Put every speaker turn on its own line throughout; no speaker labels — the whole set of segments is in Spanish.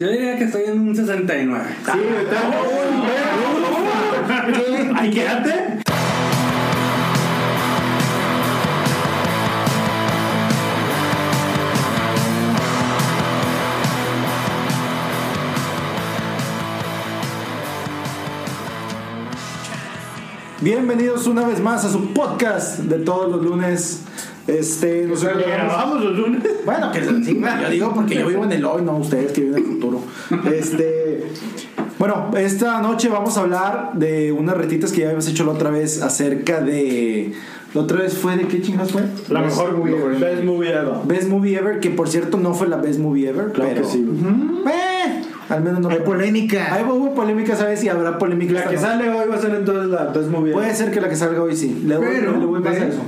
Yo diría que estoy en un 69.
Sí, está Ahí quédate.
Bienvenidos una vez más a su podcast de todos los lunes. Este, nos
Le
encontramos-
grabamos los lunes.
Bueno, que sí, yo digo porque yo vivo en el hoy, no ustedes que viven en el futuro. Este, bueno, esta noche vamos a hablar de unas retitas que ya habíamos hecho la otra vez acerca de. La otra vez fue de qué chingados fue?
La mejor movie. Best movie ever.
Best Movie Ever, que por cierto no fue la Best Movie Ever.
Claro
pero,
que sí. güey.
Eh, al menos no.
Hay polémica.
Ahí hubo polémica, ¿sabes? Y habrá polémica.
la
esta
que
noche.
sale hoy va a ser entonces la Best Movie.
Puede ser que la que salga hoy sí. Le voy,
Pero,
le voy más a
¿eh?
eso.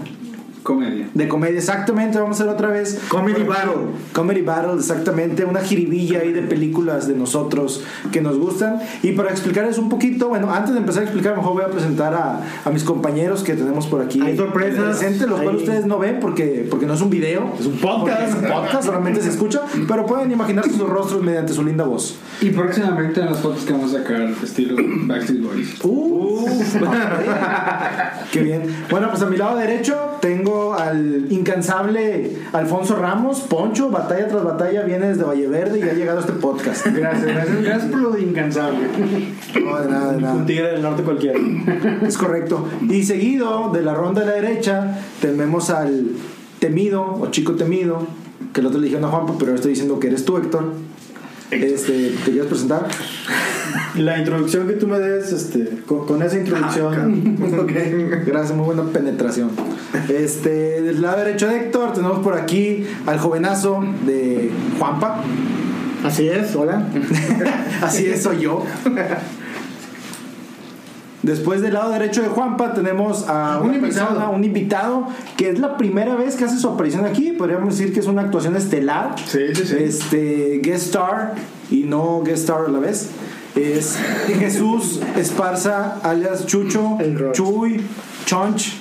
Comedia.
De comedia, exactamente, vamos a hacer otra vez.
Comedy Battle.
Comedy Battle, exactamente, una jiribilla ahí de películas de nosotros que nos gustan. Y para explicarles un poquito, bueno, antes de empezar a explicar, mejor voy a presentar a, a mis compañeros que tenemos por aquí.
Hay sorpresas.
Presentes, los
Hay-
cuales ustedes no ven porque, porque no es un video.
Es un podcast.
Porque Es un podcast, solamente se escucha. Pero pueden imaginar sus rostros mediante su linda voz.
Y próximamente en las fotos que vamos a sacar, estilo Backstreet Boys.
Uh, qué bien. Bueno, pues a mi lado derecho tengo al incansable Alfonso Ramos, Poncho, batalla tras batalla, viene desde Valle Verde y ha llegado a este podcast.
Pues,
Gracias, gracias, gracias por lo de incansable.
No, de nada, de
Un
nada.
tigre del norte cualquiera.
Es correcto. Y seguido de la ronda de la derecha, tenemos al temido o chico temido, que el otro le dijeron a Juanpa, pero ahora estoy diciendo que eres tú, Héctor. Este, ¿Te quieres presentar?
La introducción que tú me des, este, con, con esa introducción.
Gracias, muy buena penetración. Este, del lado derecho de Héctor, tenemos por aquí al jovenazo de Juanpa.
Así es, hola.
Así es, soy yo. Después del lado derecho de Juanpa tenemos a
Ah, Un
una
invitado.
persona, un invitado, que es la primera vez que hace su aparición aquí. Podríamos decir que es una actuación estelar.
Sí, sí, sí.
Este, guest star y no guest star a la vez. Es Jesús Esparza, alias Chucho,
El Roch.
Chuy, Chonch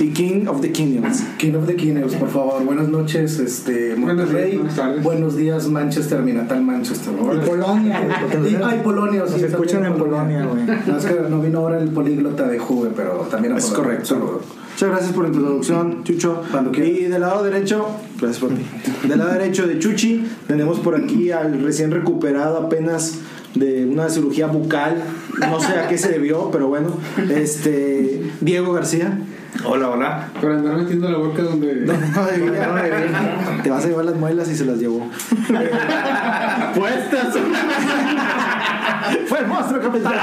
y King of the Kingdoms.
King of the Kingdoms, por favor. Buenas noches, este,
Buenos días,
Monterrey.
buenas tardes.
Buenos días, Manchester, Minatal, Manchester.
Y
Órale.
Polonia, güey, porque
Y-
nos-
ay, Polonia,
nos
sí,
escuchan
también
en Polonia, güey.
No, es que no vino ahora el políglota de Juve, pero también a
Es
Polonia.
correcto.
Saludos.
Muchas gracias por la introducción, Chucho.
Cuando quieras.
Y del lado derecho, gracias por ti. Del lado derecho de Chuchi, tenemos por aquí al recién recuperado apenas de una cirugía bucal. No sé a qué se debió, pero bueno. Este, Diego García.
Hola, hola.
Por andar metiendo la boca
No,
donde.
no debía. Te vas a llevar las muelas y se las llevó.
Puestas.
Fue el monstruo capital.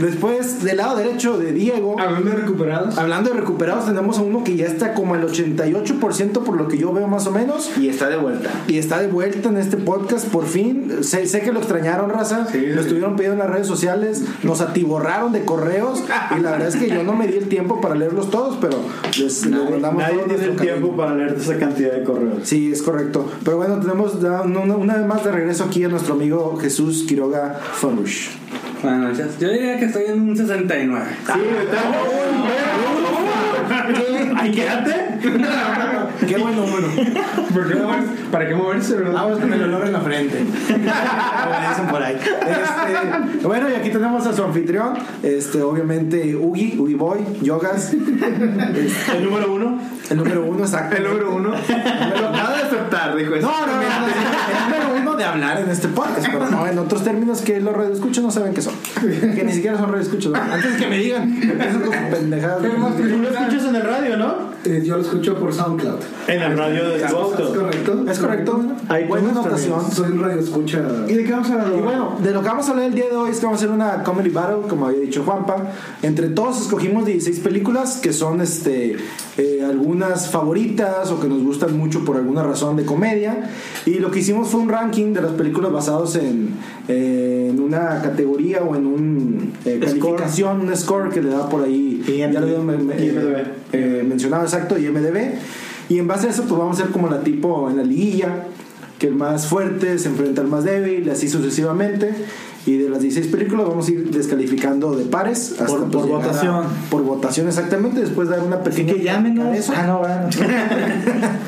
Después, del lado derecho de Diego.
Hablando de recuperados.
Hablando de recuperados, tenemos a uno que ya está como al 88% por lo que yo veo más o menos.
Y está de vuelta.
Y está de vuelta en este podcast, por fin. Sé, sé que lo extrañaron, raza.
Sí,
lo
sí.
estuvieron pidiendo en las redes sociales. Nos atiborraron de correos. Y la verdad es que yo no me di el tiempo para leerlos todos, pero les, les mandamos
Nadie
todo
tiene
nuestro
el
cariño.
tiempo para leerte esa cantidad de correos.
Sí, es correcto. Pero bueno, tenemos ya una, una vez más de regreso aquí a nuestro amigo Jesús Quiroga Farush.
Buenas noches. Yo diría que estoy en un 69.
Sí, está Ahí quédate.
Qué buen número.
¿Por qué moverse? ¿Para qué moverse, verdad?
Vamos con el olor en la frente. Como dicen por ahí. Este, bueno, y aquí tenemos a su anfitrión, este, obviamente Ugi, Ugi Boy, Yogas,
El número uno.
el número uno, exacto.
uno. Nada de aceptar, dijo
No, no, no, no, no, el número uno de hablar en este podcast, pero no, en otros términos que los radioescuchos no saben qué son. Que ni siquiera son radioescuchos. ¿no? Antes que me digan, empiezan con sus pendejadas.
Tú lo escuchas en el radio, ¿no?
Eh, yo lo escucho por SoundCloud.
En el radio de tu
¿Es
auto.
correcto?
Es correcto,
Hay
buena
buenos
notación.
Soy un radio escucha.
¿Y de qué vamos a hablar?
Y bueno, de lo que vamos a hablar el día de hoy es que vamos a hacer una comedy battle, como había dicho Juanpa. Entre todos escogimos 16 películas que son este, eh, algunas favoritas o que nos gustan mucho por alguna razón de comedia. Y lo que hicimos fue un ranking de las películas basados en, eh, en una categoría o en un eh,
Score.
calificación, un score que le da por ahí.
IMDb.
ya lo había me- me-
IMDb.
eh, eh, mencionado exacto, IMDB. Y en base a eso, pues vamos a hacer como la tipo en la liguilla, que el más fuerte se enfrenta al más débil, y así sucesivamente. Y de las 16 películas vamos a ir descalificando de pares hasta
Por- por
llegar a-
votación.
por votación exactamente, después dar una pequeña
Que llámenos.
eso.
Ah, no, Ah, bueno.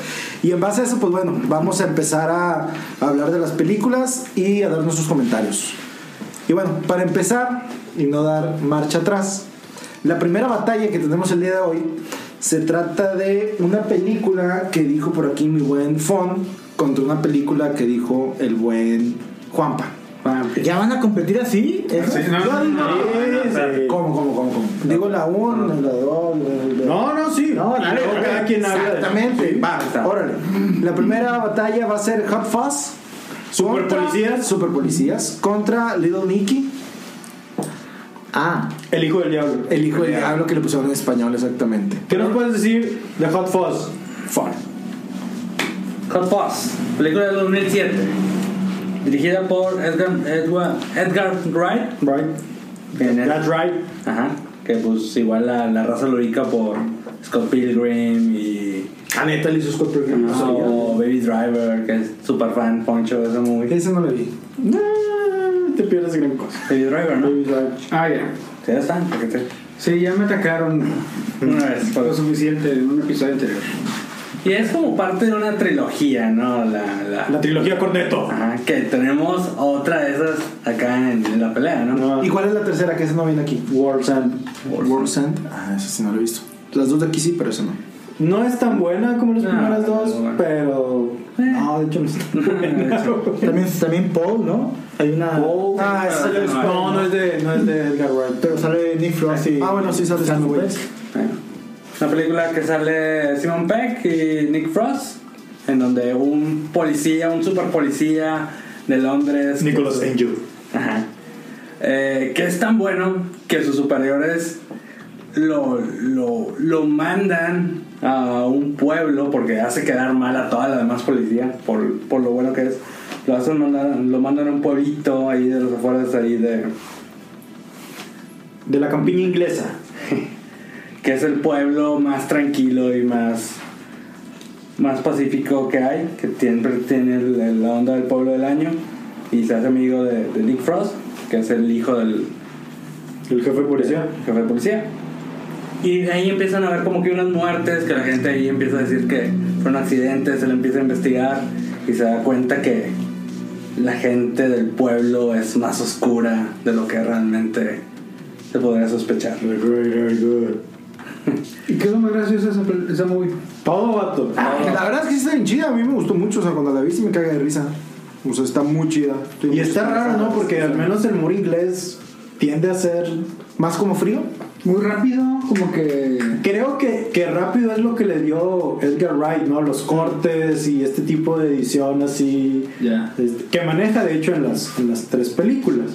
Y en base a eso, pues bueno, vamos a empezar a, a hablar de las películas y a darnos sus comentarios. Y bueno, para empezar y no dar marcha atrás, la primera batalla que tenemos el día de hoy se trata de una película que dijo por aquí mi buen Fon contra una película que dijo el buen Juanpa.
¿Ya van a competir así? ¿eh? ¿Eso?
Sí, no, no, no.
¿Cómo, cómo, cómo, cómo? Digo la 1, la 2, la
No, no, sí. No,
dale,
Luego cada quien habla. de-
Exactamente. Va, órale. La primera batalla va a ser Hot Fuzz.
Super policías.
Super policías. Contra Little Nicky.
Ah,
El hijo del diablo.
El hijo del diablo que le pusieron en español, exactamente.
¿Qué nos puedes decir de Hot Fuzz?
Fun.
Hot Fuzz, película de 2007, dirigida por Edgar, Edwa- Edgar Wright,
Right.
en el-
That's right.
ajá, que pues igual la, la raza lo ubica por Scott Pilgrim y
Ah, neta, le hizo Scott Pilgrim.
Ah,
ajá, o Baby Driver, que es super fan Poncho de esa movie.
Ese no lo vi.
No, te pierdes gran cosa.
Baby Driver, ¿no?
Ah, ya.
Sí, ya está, para que te-
Sí, ya me atacaron
Una vez. por-
lo suficiente en un episodio anterior.
Y es como parte de una trilogía, ¿no? La, la-
La trilogía Corneto.
ajá, que tenemos otra de esas acá en, en la pelea, ¿no?
No.
¿Y cuál es la tercera? Que esa no viene aquí.
World's End.
World's End. Ah, esa sí no lo he visto. Las dos de aquí sí, pero esa no.
No es tan buena como las
No,
primeras
no,
dos,
bueno.
pero. No, de hecho no está tan buena.
también, también Paul, ¿no? Hay una.
Oh,
Ah, esa
no es-
no, no es de, no es de Edgar Wright.
Pero sale Nick Frost y.
Ah, bueno, sí, sabes
Sam
güey.
Lopez.
Bueno, Una película que sale Simon Peck y Nick Frost, en donde un policía, un super policía de Londres. pues, que-
Nicholas Angel.
Ajá. Eh, que es tan bueno que sus superiores lo, lo, lo mandan a un pueblo porque hace quedar mal a toda la demás policía por, por lo bueno que es. Lo, hacen mandar- lo mandan a un pueblito ahí de los afueras ahí de,
De la campiña inglesa.
que es el pueblo más tranquilo y más más pacífico que hay, que siempre tiene el- el- la onda del pueblo del año y se hace amigo de, de Nick Frost, que es el hijo del
El jefe de policía.
jefe de policía. Y de ahí empiezan a ver como que unas muertes, que la gente ahí empieza a decir que fueron accidentes, se le empieza a investigar y se da cuenta que la gente del pueblo es más oscura de lo que realmente se podría sospechar.
Very, very good.
¿Y qué es lo más gracioso de esa, pel- esa movie?
Todo vato.
Ah, la verdad es que sí está bien chida. A mí me gustó mucho. O sea, cuando la vi sí me caga de risa. O sea, está muy chida. Estoy
Y
muy
está raro, ¿no?
interesada.
Porque al menos el humor inglés tiende a ser.
¿Más como frío?
Muy rápido, como que.
Creo que, que rápido es lo que le dio Edgar Wright, ¿no? Los cortes y este tipo de edición así.
Ya.
este, que maneja de hecho en las, en las tres películas.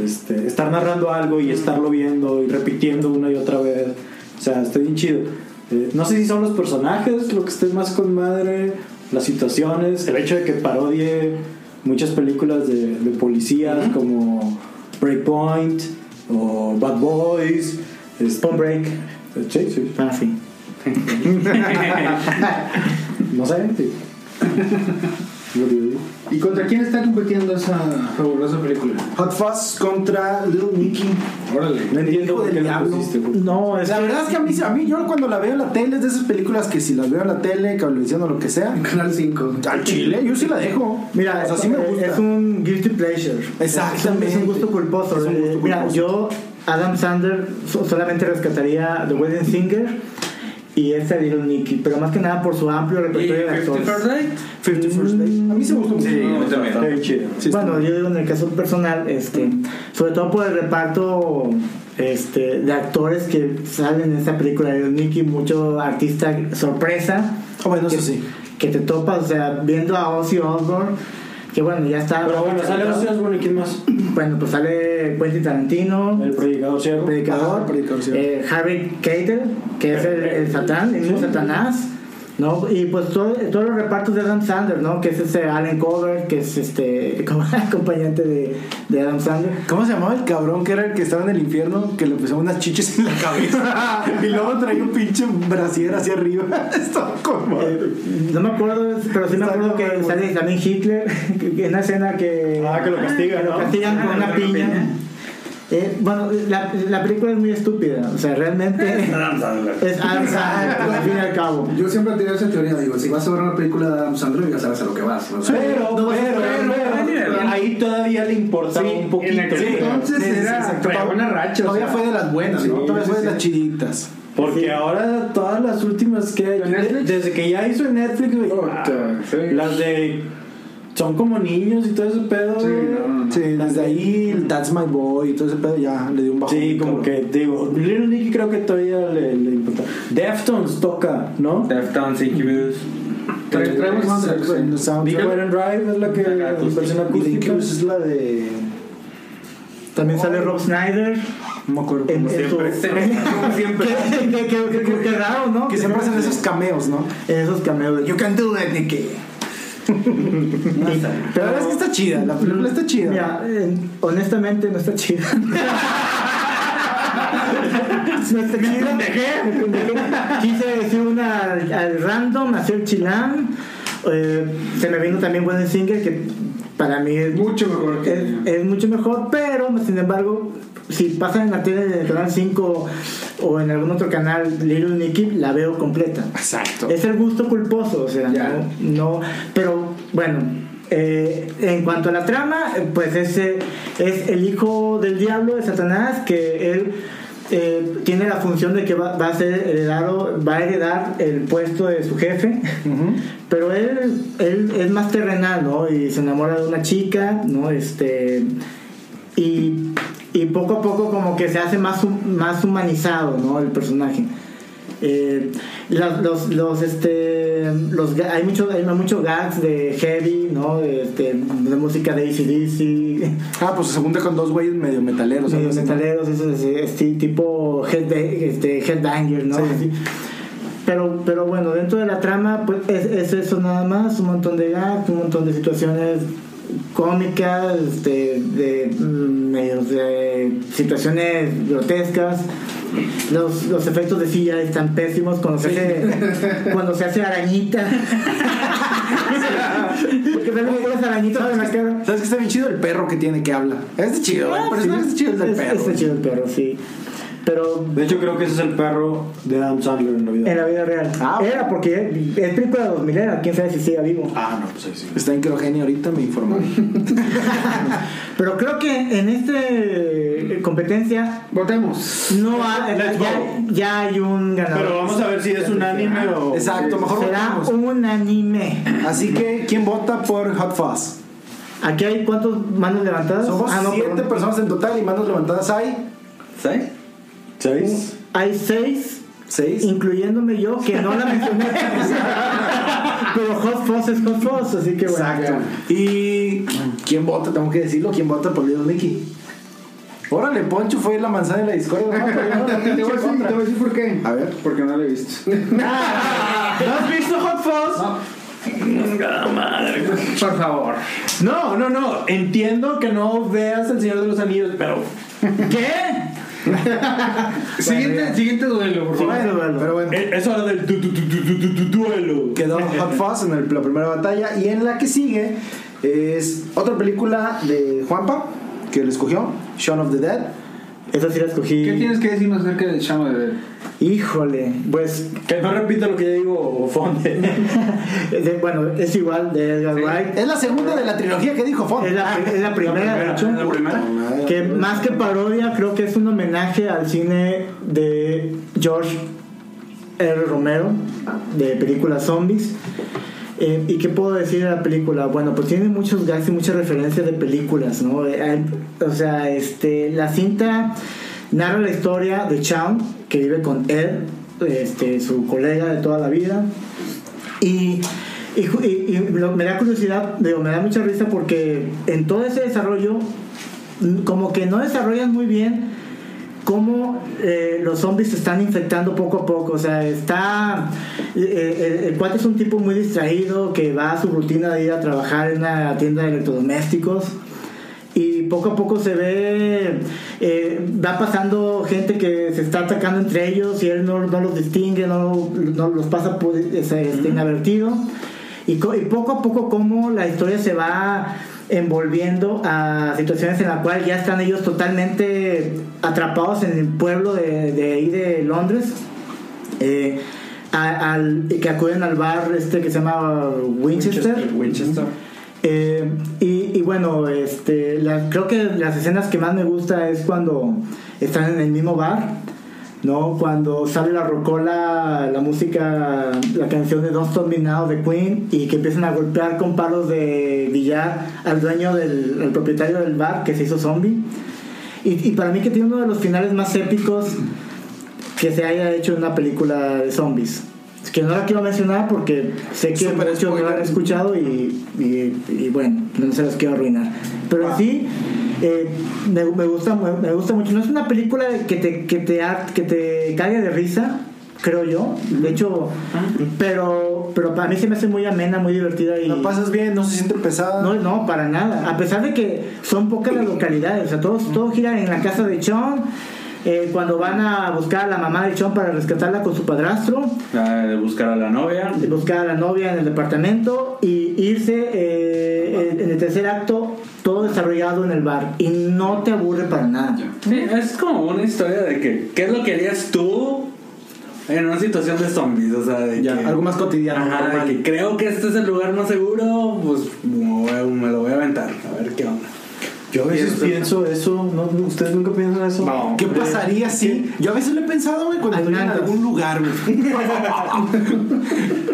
Este, estar narrando algo y estarlo viendo y repitiendo una y otra vez. O sea, está bien chido. Eh, no sé si son los personajes lo que esté más con madre, las situaciones, el hecho de que parodie muchas películas de, de policías como Breakpoint o Bad Boys, Spawn Break. Sí, sí.
Ah, sí.
No sé. sí. Lo que yo digo.
¿Y contra quién está compitiendo esa fabulosa película?
Hot Fuzz contra Little Nicky.
Órale.
No entiendo por qué lo pusiste, güey.
No, es.
La verdad es que a mí, a mí yo cuando la veo en la tele es de esas películas que si las veo en la tele, cablevisión o lo que sea,
Canal 5.
al chile yo sí la dejo.
Mira,
o sea, sí me gusta.
es un guilty pleasure.
Exactamente.
Es un gusto culposo.
Es un gusto
Eh, Mira,
culposo.
yo, Adam Sander, so- solamente rescataría The Wedding Singer y ese Little Nicky, pero más que nada por su amplio
¿Y
repertorio de
Fifty
actores.
First Date?
Fifty First
Mm.
Dates. A mí se me gusta mucho.
Sí, a mí también.
Está bien chido.
Sí, está
bueno,
bien.
yo digo en el caso personal, este, sobre todo por el reparto este, de actores que salen en esta película de Nicky, mucho artista sorpresa
Ah, bueno, eso sí.
que te topas, o sea, viendo a Ozzy Osbourne, que bueno, ya está.
Pero bueno, sale Ozzy Osbourne y quién más?
Bueno, pues sale Quentin Tarantino,
El predicador ciego.
predicador,
Ah, predicador, sí.
eh, Harvey Keitel, que es el,
Eh,
el Satán, el mismo Satanás, ¿no? Y pues todo- todos los repartos de Adam Sandler, ¿no? Que es ese Alan Cover, que es este como acompañante de, de Adam Sandler.
¿Cómo se llamaba el cabrón que era el que estaba en el infierno que le pusieron unas chiches en la cabeza? y luego traía un pinche brasier hacia arriba. estaba con madre.
Eh, no me acuerdo, pero sí me
Está
acuerdo que
como-
sale también Hitler, que- que en una escena que,
Ah, que lo castigan,
que lo
¿no?
castigan con
Ah,
una
con una
piña.
piña.
Eh, bueno, la, la película es muy estúpida. O sea, realmente
Adam Sandler.
es Adam Sandler, al fin y al cabo.
Yo siempre he tenido esa teoría, digo, si vas a ver una película de Adam Sandler, ya sabes a lo que vas. ¿no?
Pero,
No,
pero,
pero,
pero, ahí todavía le importaba
Sí,
un poquito.
en la- sí,
Entonces era
Exacto.
una racha.
Todavía fue de las buenas, ¿no? Todavía fue de las chiditas.
Porque ahora todas las últimas que hay,
¿En Netflix?
desde que ya hizo en Netflix, güey,
Puta,
ah,
sí.
las de son como niños y todo ese pedo. güey.
Sí, desde ahí, el That's My Boy y todo ese pedo ya le dio un bajo.
Sí, como que digo, Little Nicky creo que todavía le, le importa. Deftones toca, ¿no?
Deftones, Incubus.
Tra- Traemos más de
Sex and the
Big
Pues, Soundtrack.
Bear and Drive es la que
Acá,
la
acústica.
versión
Y de
acústica.
Incubus es la de.
También sale Rob Snyder.
No me acuerdo
En,
cómo se
en su-
Como siempre.
que, que, que, que- que- que raro, ¿no?
Que siempre hacen esos cameos, ¿no?
Esos cameos de You can do it, Nicky.
Pero la verdad es que está chida, la película está chida.
Mira, eh, honestamente no está chida. no está chida. Me pendejé. Quise decir una al, al random, hacer chilán. Eh, se me vino también Buen Singer, que para mí es,
Mucho mejor que.
es, es mucho mejor, pero sin embargo, si pasan en la tele del canal 5 o en algún otro canal, Little Nicky, la veo completa.
Exacto.
Es el gusto culposo, o sea,
Ya.
no, no- pero bueno. eh, en cuanto a la trama, eh, pues es, eh, es el hijo del diablo de Satanás que él eh, tiene la función de que va, va a ser heredado, va a heredar el puesto de su jefe, pero él, él es más terrenal, ¿no? Y se enamora de una chica, ¿no? Este y, y poco a poco como que se hace más, hum- más humanizado, ¿no? El personaje. Eh, la- los, los, este, los, ga- hay muchos hay muchos gags de heavy, ¿no? De, este, de música de ACDC,
Ah, pues se junta con dos güeyes medio metaleros.
medio
algo así, ¿no?
metaleros, eso, ese- este, tipo headba- este, headbanger, ¿no?
Sí.
Así. Pero, pero bueno, dentro de la trama, pues es, es eso nada más, un montón de gags, un montón de situaciones cómicas, este, de, mm, medios de situaciones grotescas. Los, los efectos de silla están pésimos cuando se hace, cuando se hace arañita. Porque salen puras arañitas en la cara.
¿Sabes qué está bien chido? El perro que tiene que habla. Este chido, el personaje está chido el del
Ah, Es-
perro.
Está chido el perro, sí. Pero
De hecho, creo que ese es el perro de Adam Sandler en la vida.
en la vida real.
Ah,
era porque es película de 2000 era, quién sabe si sigue vivo.
Ah, no, pues ahí sí.
Está en Quirogenia ahorita, me informaron.
Pero creo que en esta competencia
Votemos.
no ha-
Let's go.
ya, ya hay un ganador.
Pero vamos a ver si es un anime o.
Exacto, mejor
Será
votemos.
un anime.
Así que, ¿quién vota por Hot Fuzz?
Aquí hay cuántos manos levantadas.
Somos
Ah, no,
siete
perdón.
personas en total y manos levantadas hay
¿Sí?
¿Seis?
Hay seis,
seis.
incluyéndome yo, que no la mencioné. Pero Hot Fuzz es Hot Fuzz, así que bueno.
Exacto. Y ¿quién vota? Tengo que decirlo, ¿quién vota por Little Nicky? Órale, Poncho fue la manzana de la discordia. ¿no? Pero yo no la
Te voy a
pinche
decir-
contra.
te voy a decir por qué.
A ver.
Porque no la he visto.
¿No has visto Hot Fuzz?
Por favor.
No, no, no. Entiendo que no veas El Señor de los Anillos, pero. ¿Qué?
Siguiente, siguiente duelo, por favor.
Bueno, bueno.
Pero bueno,
e, Es hora del du- du- du- du- du- du- du- duelo.
quedó Hot Fuzz en el- la primera batalla y en la que sigue es otra película de Juanpa que le escogió, Shaun of the Dead.
Esa sí la escogí.
¿Qué tienes que decirnos acerca de Chamo de Ver?
Híjole.
Pues que no repita lo que ya digo o fonde.
De- bueno, es igual de Edgar Wright.
Es la segunda de la trilogía que dijo Fon.
Es la, es la primera, de hecho,
¿La primera?
que más que parodia, creo que es un homenaje al cine de George R. Romero, de películas zombies. Eh, ¿Y qué puedo decir de la película? Bueno, pues tiene muchos gags y muchas referencias de películas, ¿no? Eh, hay- o sea, este, la cinta narra la historia de Chown, que vive con Ed, este, su colega de toda la vida. Y, y ju- y- y lo- me da curiosidad, digo, me da mucha risa porque en todo ese desarrollo, mm, como que no desarrollan muy bien cómo eh, los zombies se están infectando poco a poco. O sea, está. eh, el, el cuate es un tipo muy distraído que va a su rutina de ir a trabajar en una tienda de electrodomésticos. Y poco a poco se ve, eh, va pasando gente que se está atacando entre ellos y él no, no los distingue, no, no los pasa por, este, es- este, inadvertido. Y, co- y poco a poco como la historia se va envolviendo a situaciones en la cual ya están ellos totalmente atrapados en el pueblo de, de ahí de Londres. Eh, a- al, que acuden al bar este que se llama Winchester.
Winchester.
Eh, y, y bueno, este, la- creo que las escenas que más me gusta es cuando están en el mismo bar, ¿no? Cuando sale la rocola, la música, la canción de Don't Stop Me Now de Queen y que empiezan a golpear con palos de billar al dueño del al propietario del bar que se hizo zombie. Y, y para mí que tiene uno de los finales más épicos que se haya hecho en una película de zombies. Es Que no la quiero mencionar porque sé que
Súper
muchos no la han
spoiler.
escuchado y, y- y bueno, no se las quiero arruinar. Pero en sí, eh, me, me gusta, mu- me gusta mucho. No es una película que te, que te, har- que te caiga de risa, creo yo. De hecho, pero, pero para mí se me hace muy amena, muy divertida. Y,
La pasas bien, no se siente pesada.
no, no, para nada. A pesar de que son pocas las localidades, o sea, todos, todos giran en la casa de Chon. eh, cuando van a buscar a la mamá de Chon para rescatarla con su padrastro,
Ah, de buscar a la novia.
de buscar a la novia en el departamento y irse eh, en- en el tercer acto, todo desarrollado en el bar. Y no te aburre para nada.
Sí, es como una historia de que, ¿qué es lo que harías tú en una situación de zombies? O sea, de
Ya,
que,
algo más cotidiano.
Ajá, de
normal.
que creo que este es el lugar más seguro, pues me, voy a- me lo voy a aventar, a ver qué onda.
Yo a veces
Pienso-
pienso eso, ¿no? ¿ustedes nunca piensan eso?
No.
¿Qué pasaría si.? Yo a veces lo he pensado, güey, cuando estoy en
Andanzas.
algún lugar, güey.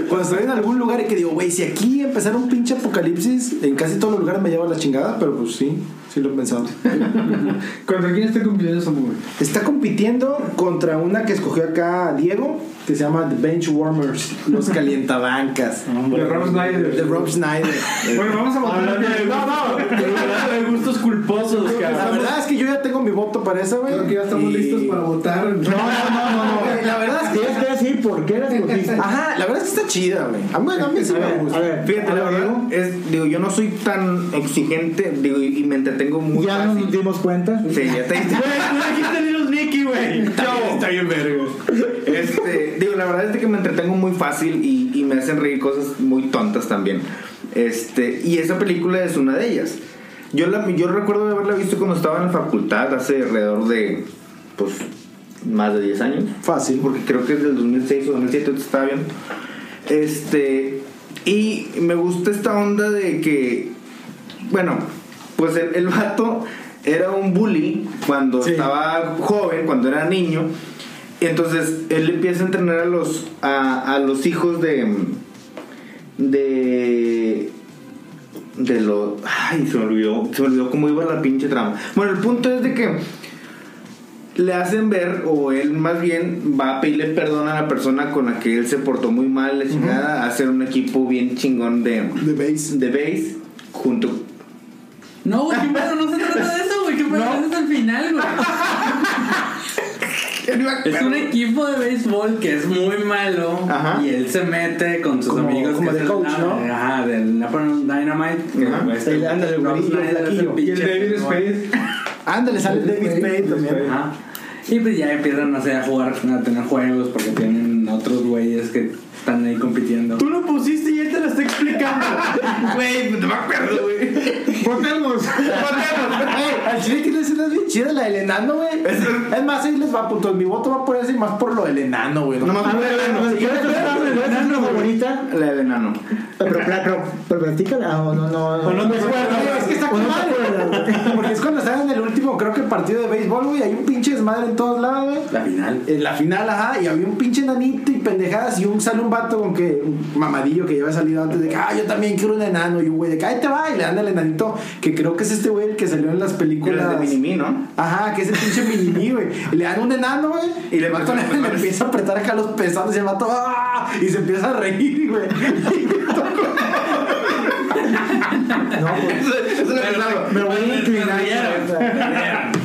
cuando estoy en algún lugar y que digo, güey, si aquí empezara un pinche apocalipsis, en casi todos los lugares me lleva la chingada, pero pues sí, sí lo he pensado.
¿Contra quién está cumpliendo esa movie?
Está compitiendo contra una que escogió acá Diego, que se llama The Bench Warmers, los calientabancas.
De Rob Snyder.
De Rob Snyder.
Bueno, vamos a votar.
Hablando de, de gustos culposos,
La
cabrón.
verdad es que yo ya tengo mi voto para esa, güey.
Creo que ya estamos
Y-
listos para votar.
No, no, no, no, no. La verdad es que
Tienes que decir por qué eres cortista.
Ajá, la verdad es que está chida, güey. A mí, a mí sí me gusta.
A ver,
Fíjate, la verdad, es, digo, yo no soy tan exigente digo, y y me entretengo muy
ya
fácil.
nos dimos cuenta.
Sí, ya te
Eh,
dijiste Little Nicky, güey. Está bien verga. Este, digo, la verdad es de que me entretengo muy fácil y, y me hacen reír cosas muy tontas también. Este, y esa película es una de ellas. Yo, la, yo recuerdo haberla visto cuando estaba en la facultad hace alrededor de, pues, más de 10 años.
Fácil.
Porque creo que es del 2006 o 2007, te estaba viendo. Este, y me gusta esta onda de que, bueno, pues el, el vato era un bully cuando estaba joven, cuando era niño. Y entonces él empieza a entrenar a los,
Ah,
a, a los hijos de. de. de los. Ay, se me olvidó, se me olvidó cómo iba la pinche trama. Bueno, el punto es de que le hacen ver, o él más bien va a pedirle perdón a la persona con la que él se portó muy mal, la chingada, hacer un equipo bien chingón de,
The Base.
de base, junto.
No, güey, qué pedo, no se trata de eso, güey, qué pedo, ese es el final, güey. Es un equipo de béisbol que es muy malo
Ajá.
y él se mete con sus
Como-
amigos
como
que
de
es el-
coach, ¿no?
Ajá, del Napoleon Dynamite.
Ajá.
Este,
El- ándale, el
Rob
güerillo,
Snyder es
flaquillo.
Y el
pinche
David
chingón.
Spade.
Ándale, sale David Spade también.
Ajá. Y pues ya empiezan, no sé, a jugar, a tener juegos porque tienen otros güeyes que están ahí compitiendo.
Tú lo pusiste y él te lo está explicando.
Güey, no me acuerdo, güey.
Votemos.
Ey, al chile tiene escenas bien chidas, la del enano, güey. Es más, ahí les va, puntos. Mi voto va por eso y más por lo del enano, güey.
No me acuerdo del enano.
¿Cuál es tu- cuál es tu favorita?
La del enano.
Pero, pero, pero, pero platícala, ah, o no, no, no.
te acuerdas. Es que está
O
con
no te
madre,
acuerdas,
güey. Porque es cuando están en el último, creo que partido de béisbol, güey. Hay un pinche desmadre en todos lados, güey.
La final.
En la final, ajá, y había un pinche nanito y pendejadas y un sale un vato con que un mamadillo que ya había salido antes de que, ah, yo también quiero un enano y un güey de que, ahí te va y le dan el enanito que creo que es este güey el que salió en las
Y la de
películas.
Minimi, ¿no?
Ajá, que es el pinche mini güey. Y Le dan un enano, güey. Y le, vato le, le empieza a apretar acá los pesados y el vato, ¡ah! Y se empieza a reír, güey.
Me voy a inclinar.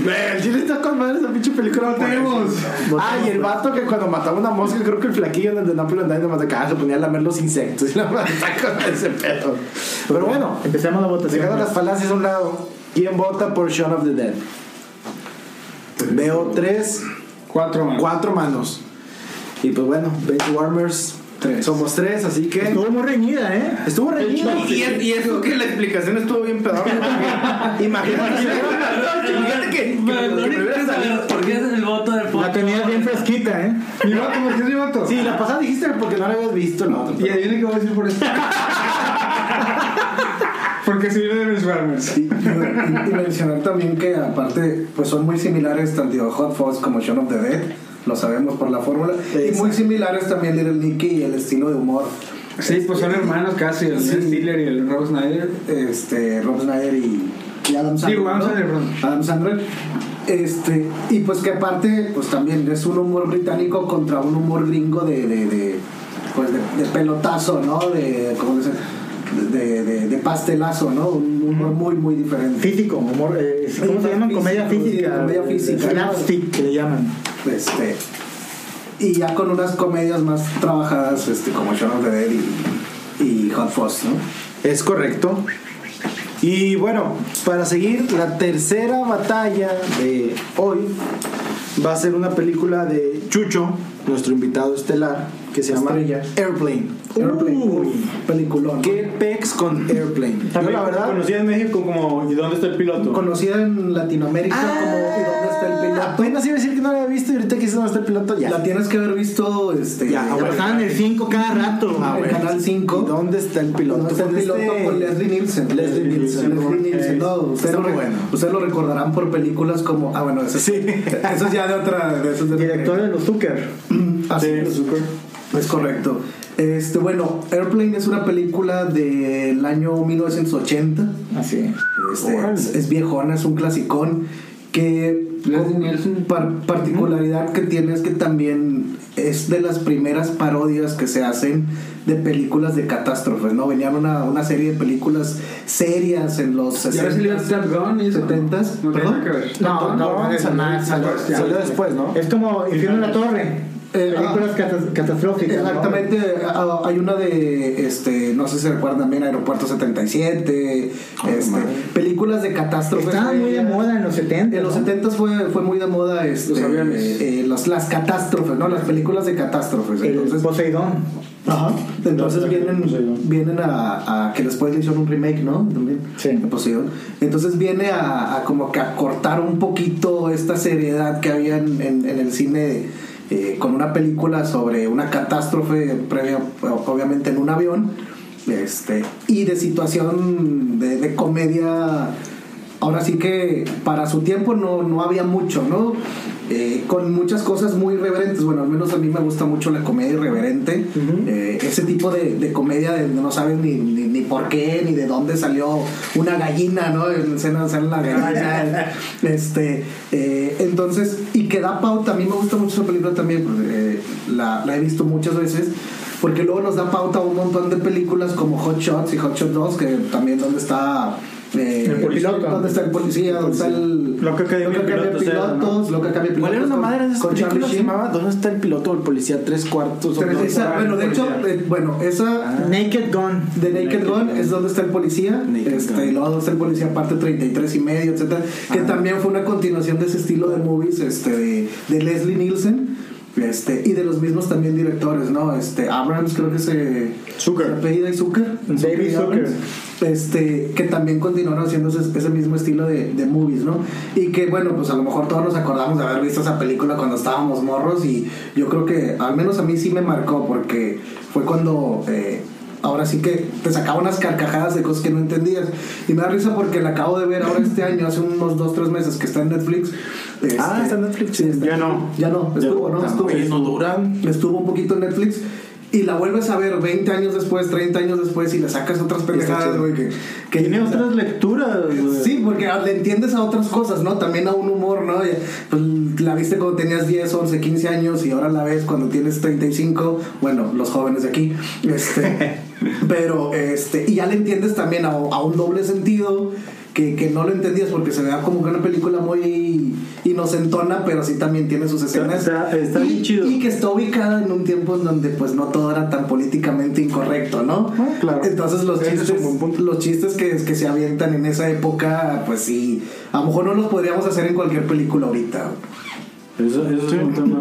Güey, El chile está con madre esa pinche película. Tenemos. Ah, y el vato que cuando mataba una mosca, creo que el flaquillo en el de Napoleon Dynamite acá se ponía a lamer los insectos. Y la madre está con ese pedo. Pero bueno,
Empezamos la
dejando
votación.
las falacias a un lado, ¿quién vota por Shaun of the Dead? Veo tres,
Cuatro más.
cuatro manos. Y pues bueno, Bench Warmers
Tres.
Somos tres, así que.
Estuvo muy reñida, ¿eh?
Estuvo reñido.
Y, y- y eso que la explicación estuvo bien pedorra. porque Imagínate, imagínate que, que
Pero
me
no
hubiera
importa,
salido.
pero ¿Por qué es el voto de
La tenías bien fresquita, ¿eh?
Mi vato, ¿por qué es mi vato?
Sí, la pasada dijiste porque no la habías visto, la otra.
Y adivina qué voy a decir por esto. Porque se viene de mis farmers.
Y, y- y mencionar también que aparte pues son muy similares tanto Hot Fuzz como Shaun of the Dead, lo sabemos por la fórmula, y muy similares también Little Nicky y el estilo de humor,
Sí, pues son hermanos casi, el
Sí.
Stiller y el Rob Snyder.
este, Rob Snyder y, y Adam Sandler.
Digo, Adam
¿no?
Sandler, perdón.
Adam Sandler. Este, y pues que aparte, pues también es un humor británico contra un humor gringo de, de, de, pues de, de pelotazo, ¿no? De, ¿cómo dicen? De, de- de pastelazo, ¿no? Un humor muy, muy diferente.
Físico, humor. eh, ¿Cómo se llaman? Comedia
Físico, sí,
física.
comedia
eh,
física.
Slapstick, que le llaman.
Este, y ya con unas comedias más trabajadas, este, como Shaun of the Dead y, y Hot Fuzz, ¿no?
Es correcto. Y bueno, para seguir, la tercera batalla de hoy va a ser una película de Chucho, nuestro invitado estelar, que se llama
Estrella.
Airplane.
Airplane,
Uy.
uy, peliculón.
¿Qué pex con Airplane? Yo
También
la verdad...
Conocida en México como ¿y dónde está el piloto?
Conocida en Latinoamérica como ¿Y dónde está el piloto?
Ah, Apenas iba a decir que no la había visto y ahorita que dices dónde está el piloto, ya.
La tienes que haber visto este,
Ya,
en
ah,
La
bueno.
pasaban el 5 cada rato.
el
güey.
Canal
¿Y
5.
¿Dónde está el piloto?
¿Dónde está el
Con
piloto Pues
este-
con Leslie Nielsen?
Leslie Nielsen.
Leslie Nielsen. No, ustedes
Está
lo,
muy
re-
bueno.
ustedes lo recordarán por películas como. Ah, bueno, eso,
Sí.
eso es ya de otra. De esos de
Director de los Zucker.
Así es. Es correcto. Este, bueno, Airplane es una película del año 1980.
Así es.
Este, es, es viejona, es un clasicón que par- particularidad que tiene es que también es de las primeras parodias que se hacen de películas de catástrofes, ¿no? Venían una, una serie de películas serias en los
Ya ves el
60s,
Tap Gun y eso.
70s,
No tiene
perdón.
nada que ver.
No, no, no, eso no,
Salió-
eso no.
Salió después, ¿no?
Es como Infierno en la Torre.
Eh,
Películas
ah.
catas- catastróficas. ¿no?
Exactamente, a- hay una de, este, no sé si se recuerdan bien, Aeropuerto 77, este, películas de catástrofes.
Estaba muy de
serias.
moda en los 70.
En los
¿no?
70 fue, fue muy de moda este,
Los aviones.
eh, eh, las- las catástrofes, ¿no? Las películas de catástrofes.
El
Entonces,
Poseidón.
ajá, entonces
Los-
vienen,
Poseidón.
vienen a, a- que después le hicieron un remake, ¿no? También.
Sí.
de Poseidón. Entonces viene a, a como que a cortar un poquito esta seriedad que había en, en- en el cine eh, con una película sobre una catástrofe previa, obviamente, en un avión. Este, y de situación de, de comedia ahora sí que para su tiempo no, no había mucho, ¿no? Eh, con muchas cosas muy irreverentes. Bueno, al menos a mí me gusta mucho la comedia irreverente. Eh, ese tipo de, de comedia de no sabes ni, ni, ni por qué, ni de dónde salió una gallina, ¿no? En escena sale la gallina. este, eh, entonces, y que da pauta. A mí me gusta mucho esa película también. pues, eh, la, la he visto muchas veces. Porque luego nos da pauta a un montón de películas como Hot Shots y Hot Shots 2, que también donde está... eh,
El polipiloto.
¿Dónde está el policía? ¿Dónde está el.
Loca que había pilotos,
pilotos?
era, ¿no?
Loca que había pilotos.
¿Cuál era una
con-
madre de esas
Con Charlie
películas? Se
Sheen.
llamaba ¿Dónde está el piloto o el policía? Tres cuartos. o
Pero
dos?
esa- bueno, de hecho, eh, bueno, esa.
Ah.
Naked Gun.
De Naked Gun es donde está el policía,
Naked
este,
Gun. Ah.
y luego donde está el policía parte 33 y medio, etcétera, que también fue una continuación de ese estilo de movies, este, de, de Leslie Nielsen, este, y de los mismos también directores, ¿no? Este, Abrams creo que se,
Zucker.
se apellida y Zucker,
David
y Abrams, este, que también continuaron haciendo ese, ese mismo estilo de, de movies, ¿no? Y que bueno, pues a lo mejor todos nos acordamos de haber visto esa película cuando estábamos morros y yo creo que al menos a mí sí me marcó porque fue cuando eh, ahora sí que te sacaba unas carcajadas de cosas que no entendías. Y me da risa porque la acabo de ver ahora este año, hace unos 2-3 meses que está en Netflix.
Ah, está en Netflix.
Sí, está-
Ya no.
Ya no, estuvo, ¿no? Estuvo,
Oye, Pues no duran.
estuvo un poquito en Netflix y la vuelves a ver 20 años después, 30 años después y le sacas otras pendejadas,
chido.
güey, que, que
Tiene
o sea,
otras lecturas, güey.
Sí, porque le entiendes a otras cosas, ¿no? También a un humor, ¿no? Ya, Pues, la viste cuando tenías 10, 11, 15 años y ahora la ves cuando tienes 35. Bueno, los jóvenes de aquí. Este, pero, este, y ya le entiendes también a, a un doble sentido que, que no lo entendías porque se vea como que una película muy inocentona, pero sí también tiene sus escenas.
Está- está bien
Y-
chido.
Y que está ubicada en un tiempo en donde pues no todo era tan políticamente incorrecto, ¿no?
Ah, claro.
Entonces los
Ese es un
chistes,
buen punto.
los chistes que, que se avientan en esa época, pues sí, a lo mejor no los podríamos hacer en cualquier película ahorita.
Eso, eso es un tema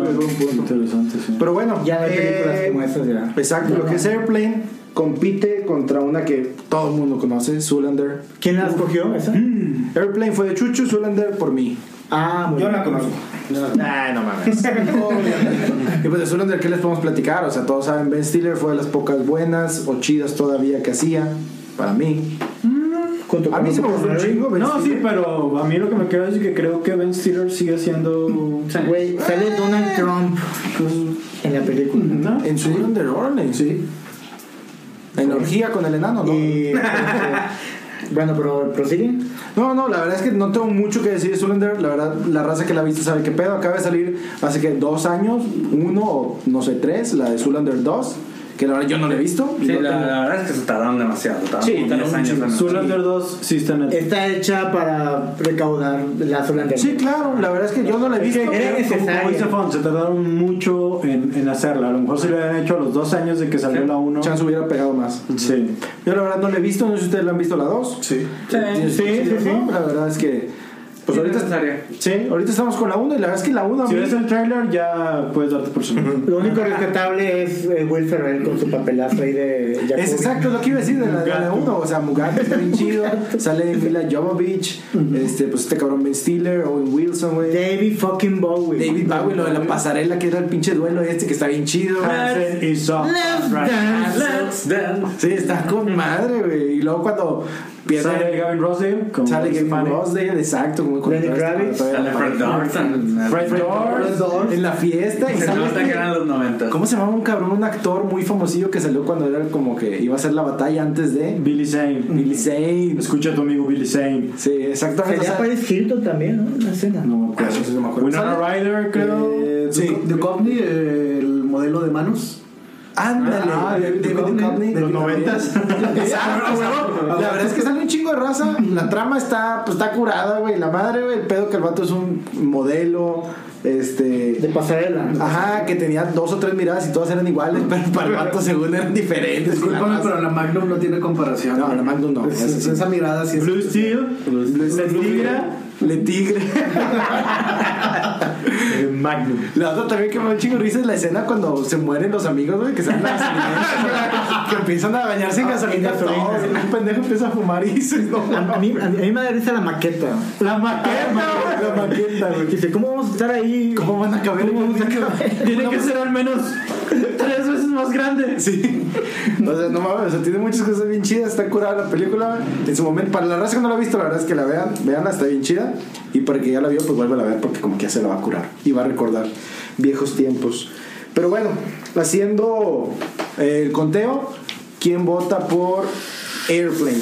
interesante, sí.
Pero bueno,
Ya no hay películas
eh,
como esas ya.
Exacto, lo que es Airplane compite contra una que todo el mundo conoce, Zoolander.
¿Quién la escogió esa?
Mm.
Airplane fue de Chucho, Zoolander por mí.
Ah, muy
Yo
bien.
la conozco.
Ay, no mames. y pues de Zoolander, ¿qué les podemos platicar? O sea, todos saben, Ben Stiller fue de las pocas buenas o chidas todavía que hacía, para mí.
Junto
A
con
mí se me
otro
gustó un
Connery.
chingo Ben
No, sí,
Stiller.
pero a mí lo que me queda es que creo que Ben Stiller sigue siendo.
Güey, sale Donald Trump en la película.
¿no?
En Zoolander, órale. Sí. En la orgía con el enano, ¿no?
Y. este, bueno, pero prosigue.
No, no, la verdad es que no tengo mucho que decir de Zoolander. La verdad, la raza que la ha visto sabe qué pedo. Acaba de salir hace que dos años, uno o no sé, tres, la de Zoolander 2, que la verdad yo no la he visto.
Sí,
No
la,
tengo-
la verdad es que se tardaron demasiado. Tardaron
Sí,
como
tardaron
10 años en hacer.
Zoolander 2 sí está en el.
Está hecha para recaudar la Zoolander.
Sí, claro, la verdad es que yo no la he
Es
visto.
que
pero-
era
Como-
necesaria.
Como dice Fon, se tardaron mucho en, en hacerla. A lo mejor se lo habían hecho a los dos años de que salió la 1.
Chance hubiera pegado más.
Sí.
Yo la verdad no la he visto, no sé si ustedes la han visto la 2.
Sí.
Sí,
sí,
sí, sí.
La verdad es que. Pues
Sí,
ahorita,
necesaria.
sí, ahorita estamos con la 1 y la verdad es que la 1 a
Si
mí-
ves el trailer, ya puedes darte por seguro.
Lo único rescatable es eh, Will Ferrell con su papelazo ahí de Jacobi.
Es exacto lo que iba a decir de la, de la 1. O sea, Mugabe está bien chido. Sale Mila Jovovich. este, pues este cabrón Ben Stiller, Owen Wilson, güey.
David fucking Bowie.
David Bowie, lo de la pasarela que era el pinche duelo este que está bien chido.
Hansen y Saw.
Let's dance, let's-
Sí, está con madre, güey. Y luego cuando
Sale
pierde.
Gavin Rossdale. con
Sale que
Fanning.
Rosdale, exacto. Como con
Lenny
todo este-
Kravitz.
todo
Sale
el-
Fred Dorsen.
Fred
Fred
Doors.
Dorf En la fiesta y
Se
sale
nota
este-
que eran los 90.
¿Cómo se llamaba un cabrón? Un actor muy famosillo que salió cuando era como que iba a hacer la batalla antes de
Billy Zane.
Billy Zane.
Escucha a tu amigo Billy Zane.
Sí, exactamente.
Sería
o sea,
Paris Hilton también, ¿no? La escena.
No me
Ah,
acuerdo.
eso sí no me acuerdo.
Winona
Sale-
Ryder, creo.
Eh,
Sí.
Duco- Duchovny, eh, el modelo de manos.
Ándale,
Ah,
David,
David
Duchovny,
Duchovny,
David
los
noventas. Exacto, güey. La verdad es que sale un chingo de raza. La trama está, pues, está curada, güey. La madre, güey. El pedo que el vato es un modelo.
De
Este.
pasarela.
Ajá, que tenía dos o tres miradas y todas eran iguales, pero para el vato según eran diferentes.
Discúlpame,
La raza-
pero la Magnum no tiene comparación.
No, la Magnum no,
Es-
eso
es-
sí.
Esa mirada sí es.
Blue Steel.
Le
Le
tigre.
Tigra.
Le tigre.
eh, Magnum.
La otra también que me da un chingo de risa es la escena cuando se mueren los amigos, güey, que salen a gasolina, que empiezan a bañarse Ah, en gasolina todos. y Un pendejo empieza a fumar y dices, no,
A, a mí, a, mí me da risa la maqueta.
La maqueta.
maqueta, la maqueta, güey.
Dice, ¿cómo vamos a estar ahí?
¿Cómo van a caber?
Tiene que ser al menos tres veces más grande.
Sí. O sea, no mames, o sea, tiene muchas cosas bien chidas, está curada la película. En su momento, para la raza que no la ha visto, la verdad es que la vean, veanla, está bien chida. Y para el que ya la vio, pues vuelve a ver porque como que ya se la va a curar y va a recordar viejos tiempos. Pero bueno, haciendo eh, el conteo, ¿quién vota por Airplane?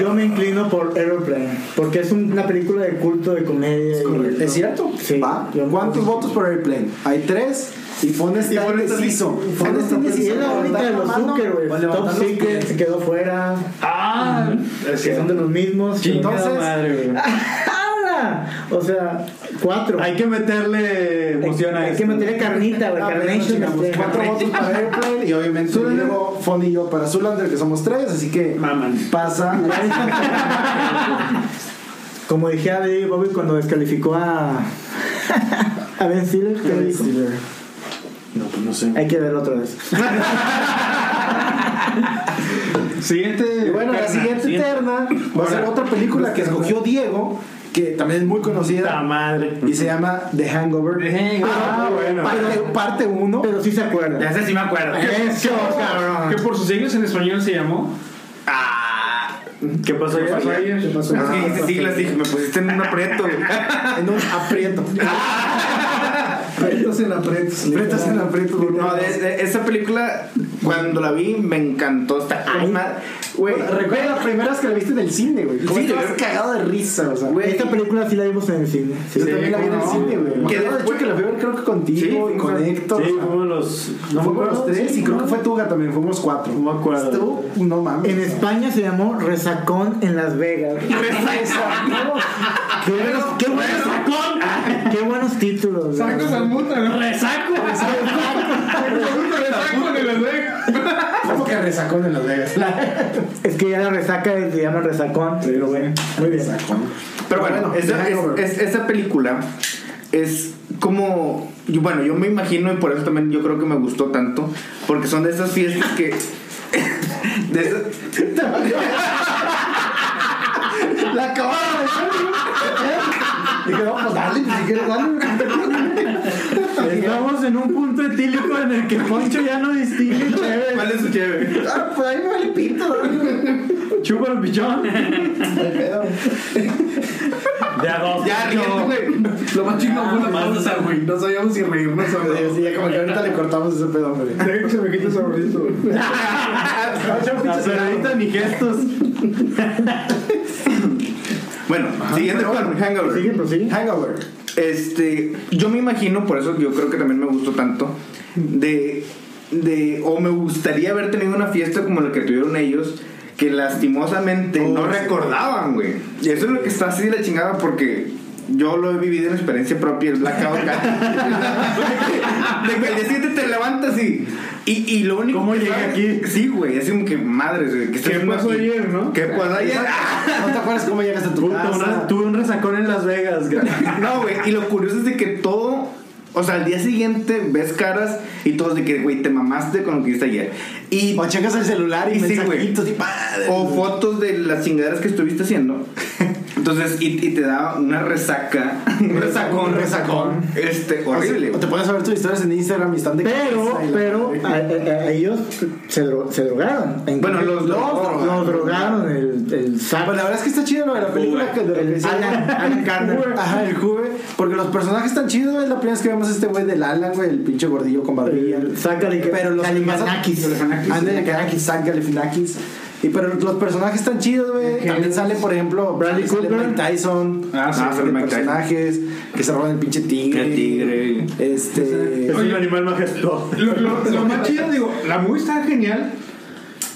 Yo me inclino por Aeroplane. Porque es un- una película de culto, de comedia. y-
¿Es cierto?
Sí.
¿Va?
Yo-
¿Cuántos votos por Airplane? Hay tres y pones está indeciso. Fon está
Y es
indeciso.
la única de los Zucker, güey. Top Secret se quedó fuera.
Ah,
que son de los mismos.
Entonces-
¡Hala! O sea, cuatro.
hay que meterle emoción a
Hay
esto.
que meterle carnita, güey.
Ah, pero no
Carnation.
chingamos.
este.
Cuatro votos para Airplane y obviamente luego Fon y yo para Zulander, que somos tres, así que pasa.
Como dije a David Bobby cuando descalificó a. a Ben Stiller. ¿qué le dijo?
No, pues no sé.
Hay que verlo otra vez.
Y bueno, la siguiente eterna va a ser otra película que escogió Diego, que también es muy
La
conocida
madre.
y se llama The Hangover.
Ah, bueno.
Parte- Parte 1.
Pero sí se acuerda.
Esa sí me acuerdo.
Eso, cabrón.
Que por sus siglos en español se llamó.
¿Qué pasó? ¿Qué pasó?
Es
Ah,
que dijiste siglas, dije, me pusiste en un aprieto. güey.
En un aprieto.
Apretos en apretos.
Aprietos en aprietos, boludo.
No, de- de- esa película, cuando la vi, me encantó. Está con madre. Güey,
Recuerda las primeras que la viste en el cine, güey. Cómo
Sí,
estabas
güey.
cagado de risa, o sea.
Güey,
Esta película sí la vimos en el cine.
Yo también la vi en el
¿cómo no?
cine, güey.
Que
Que de hecho
después-
que la fui a ver creo que contigo
Sí,
y con
fuimos a-
Héctor.
Sí,
o sea,
fuimos los. No me
fuimos
acuerdo.
los tres
Sí,
y creo que fue Tuga también, fuimos cuatro.
No me acuerdo.
Estuvo- no mames.
En España se llamó Resacón en Las Vegas. Qué buenos, qué buenos, qué buenos títulos. güey.
Sacos al mundo, ¿no? Resaco. Resaco de las Vegas.
¿Cómo que resacón en Las Vegas?
Es que ya la resaca se llama Resacón. Pero bueno, muy bien.
Pero bueno,
Bueno,
esa,
The Hangover.
es- es- esa película es como, yo- bueno, yo me imagino y por eso también yo creo que me gustó tanto, porque son de esas fiestas que... de esas-
La acababa de echar, ¿no? Dije, no, pues dale, pues, si quieres dale.
Estamos en un punto etílico en el que Poncho ya no distingue chévere.
¿Cuál es su chévere?
Ah, pues ahí me vale pito. ¿no?
Chúpalo, pichón.
No hay pedo.
De a dos.
Ya, ríete, güey.
Lo más chido fue la
Ah, más
pausa,
de-
güey. No sabíamos si reírnos o no.
Pues,
Sí, ya como que ahorita le cortamos ese pedo, hombre.
Se me quita el Ah, saborito.
Aceleradita ni gestos.
Bueno, siguiente con Hangover.
Sigue, prosigue.
Hangover.
Este, yo me imagino, por eso yo creo que también me gustó tanto, de, de, Eh, o me gustaría haber tenido una fiesta como la que tuvieron ellos, que lastimosamente no
Oh,
recordaban, güey. Y eso es lo que está así de la chingada porque yo lo he vivido en experiencia propia, el blackout acá. de que al día siguiente te levantas y, y, y lo único
¿Cómo
que
llegué
sabes-
aquí?
Sí, güey, es como que madres, güey.
¿Qué pasó ayer, no?
¿Qué pasó ayer?
¿No te acuerdas cómo llegaste a tu
Puta, una-
casa?
Ah, tuve un resacón en Las Vegas, güey.
No, güey, y lo curioso es de que todo. O sea, al día siguiente ves caras y todos de que, güey, te mamaste con lo que hiciste ayer. Y,
O checas el celular y
Sí, güey.
mensajitos y padre.
o fotos de las chingaderas que estuviste haciendo. Entonces, y, y te da una resaca. Un resacón, resacón. Este, horrible.
O te pones a ver tus historias en Instagram y están de
Pero,
cabeza y la
pero,
madre.
a, a- a ellos se, dro- se drogaron. En-
Bueno, los- los drogaron.
los drogaron el, el
Pues la
sábado.
verdad es que está chido lo de la película que de lo que
El
decía-
Alan, Alan Carter.
Ajá, el Juve. Porque los personajes están chidos, güey. Es la primera vez que vemos a este güey del Alan, güey, el pinche gordillo con barbilla.
El Zachary-
Pero los
Galifianakis.
Galifianakis. Ándale, Galifianakis, Zach Galifianakis. Y pero los personajes están chidos, güey. También sale, por ejemplo,
Bradley
sale
Cooper.
Mike Tyson.
Ah, sí,
sale
sale Mike Tyson.
personajes que se roban el pinche tigre.
El tigre.
Este.
Es un animal majestuoso.
Lo, lo- lo más chido, digo, la movie estaba genial.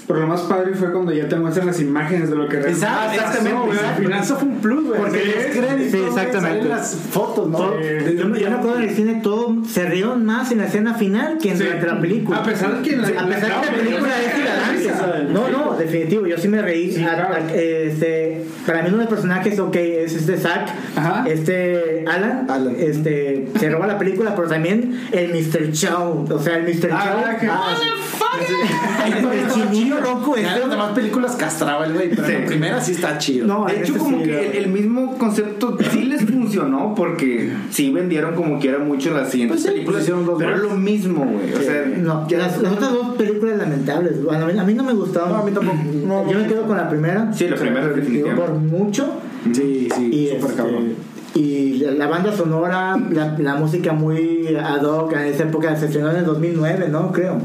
Pero lo más padre fue cuando ya te muestran las imágenes de lo que realmente
Exacto,
pasó,
exactamente,
güey. Al
exacto.
final eso fue un plus, güey.
Porque
Sí.
los créditos,
Sí,
güey,
exactamente.
salen las fotos, ¿no? Eh,
Todo- Yo me yo me acuerdo en el cine, todo se rieron más en la escena final que en
Sí.
durante la película.
Ah,
A pesar de que la,
A pesar de que la película es hilarante. No, no, definitivo, yo sí me reí.
Sí,
A- a-
claro.
este, para mí uno de los personajes, ok, es este Zack,
Ajá.
este Alan,
Alan.
este se roba la película, pero también el Mr. Chow, o sea, el Mr.
Ah,
Chow.
ah, que-
ah, el chinillo loco
Ya
este.
en las demás películas castraba el güey, pero en la primera sí está chido.
No,
De
en
hecho,
este
como
sí,
que el, el mismo concepto sí les funcionó porque sí vendieron como que era mucho las siguientes
Pues sí,
películas.
pues hicieron dos
pero
más.
es lo mismo, güey. O sea,
No,
ya-
las, las otras dos películas lamentables. Bueno, a mí, a mí no me gustaron.
No, a mí tampoco. No,
Yo me
no.
quedo con la primera.
Sí, la primera, definitivamente.
Por mucho.
Sí,
Y,
sí, súper
este,
cabrón.
y la, la banda sonora, la, la música muy ad hoc a esa época, se estrenó en el 2009, ¿no? Creo.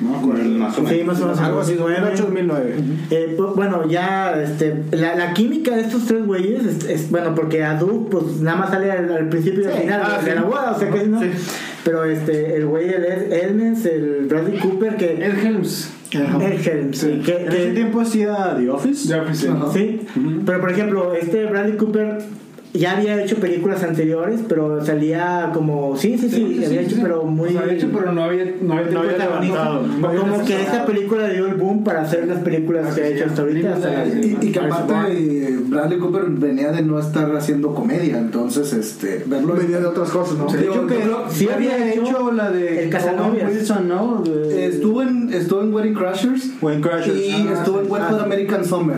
no me acuerdo, más o menos.
Sí, más o menos. en
Algo así,
2009.
2008, 2009.
Eh, pues, bueno, ya este, la, la química de estos tres güeyes es, es- bueno, porque a Duke pues nada más sale al, al principio y al
Sí,
final
ah,
de- de
sí.
la boda, o sea que no.
Sí.
Pero este, el güey, el Ed- Edmonds, el Bradley Cooper, que.
El Helms.
El Helms, sí, que-
En
que-
ese tiempo hacía The Office.
Ya pues, sí.
Sí, pero por ejemplo, este Bradley Cooper ya había hecho películas anteriores, pero salía como. Sí, sí, sí, había hecho, pero muy.
O sea, había hecho, pero no había. No había,
muy
tenido
protagonista.
levantado. No había
Como que esta
necesitado.
película dio el boom para hacer las películas que ha hecho hasta ahorita. hasta la-
Y, y que aparte eh, Bradley Cooper venía de no estar haciendo comedia, entonces este verlo
Venía de otras cosas, ¿no?
Digo,
Creo que
yo-
sí había hecho la de
El Casanovias.
Owen Wilson, ¿no? De-
estuvo en estuvo en Wedding Crashers
Wedding Crashers.
y
Ah,
estuvo en
sí.
Wet Hot American Summer,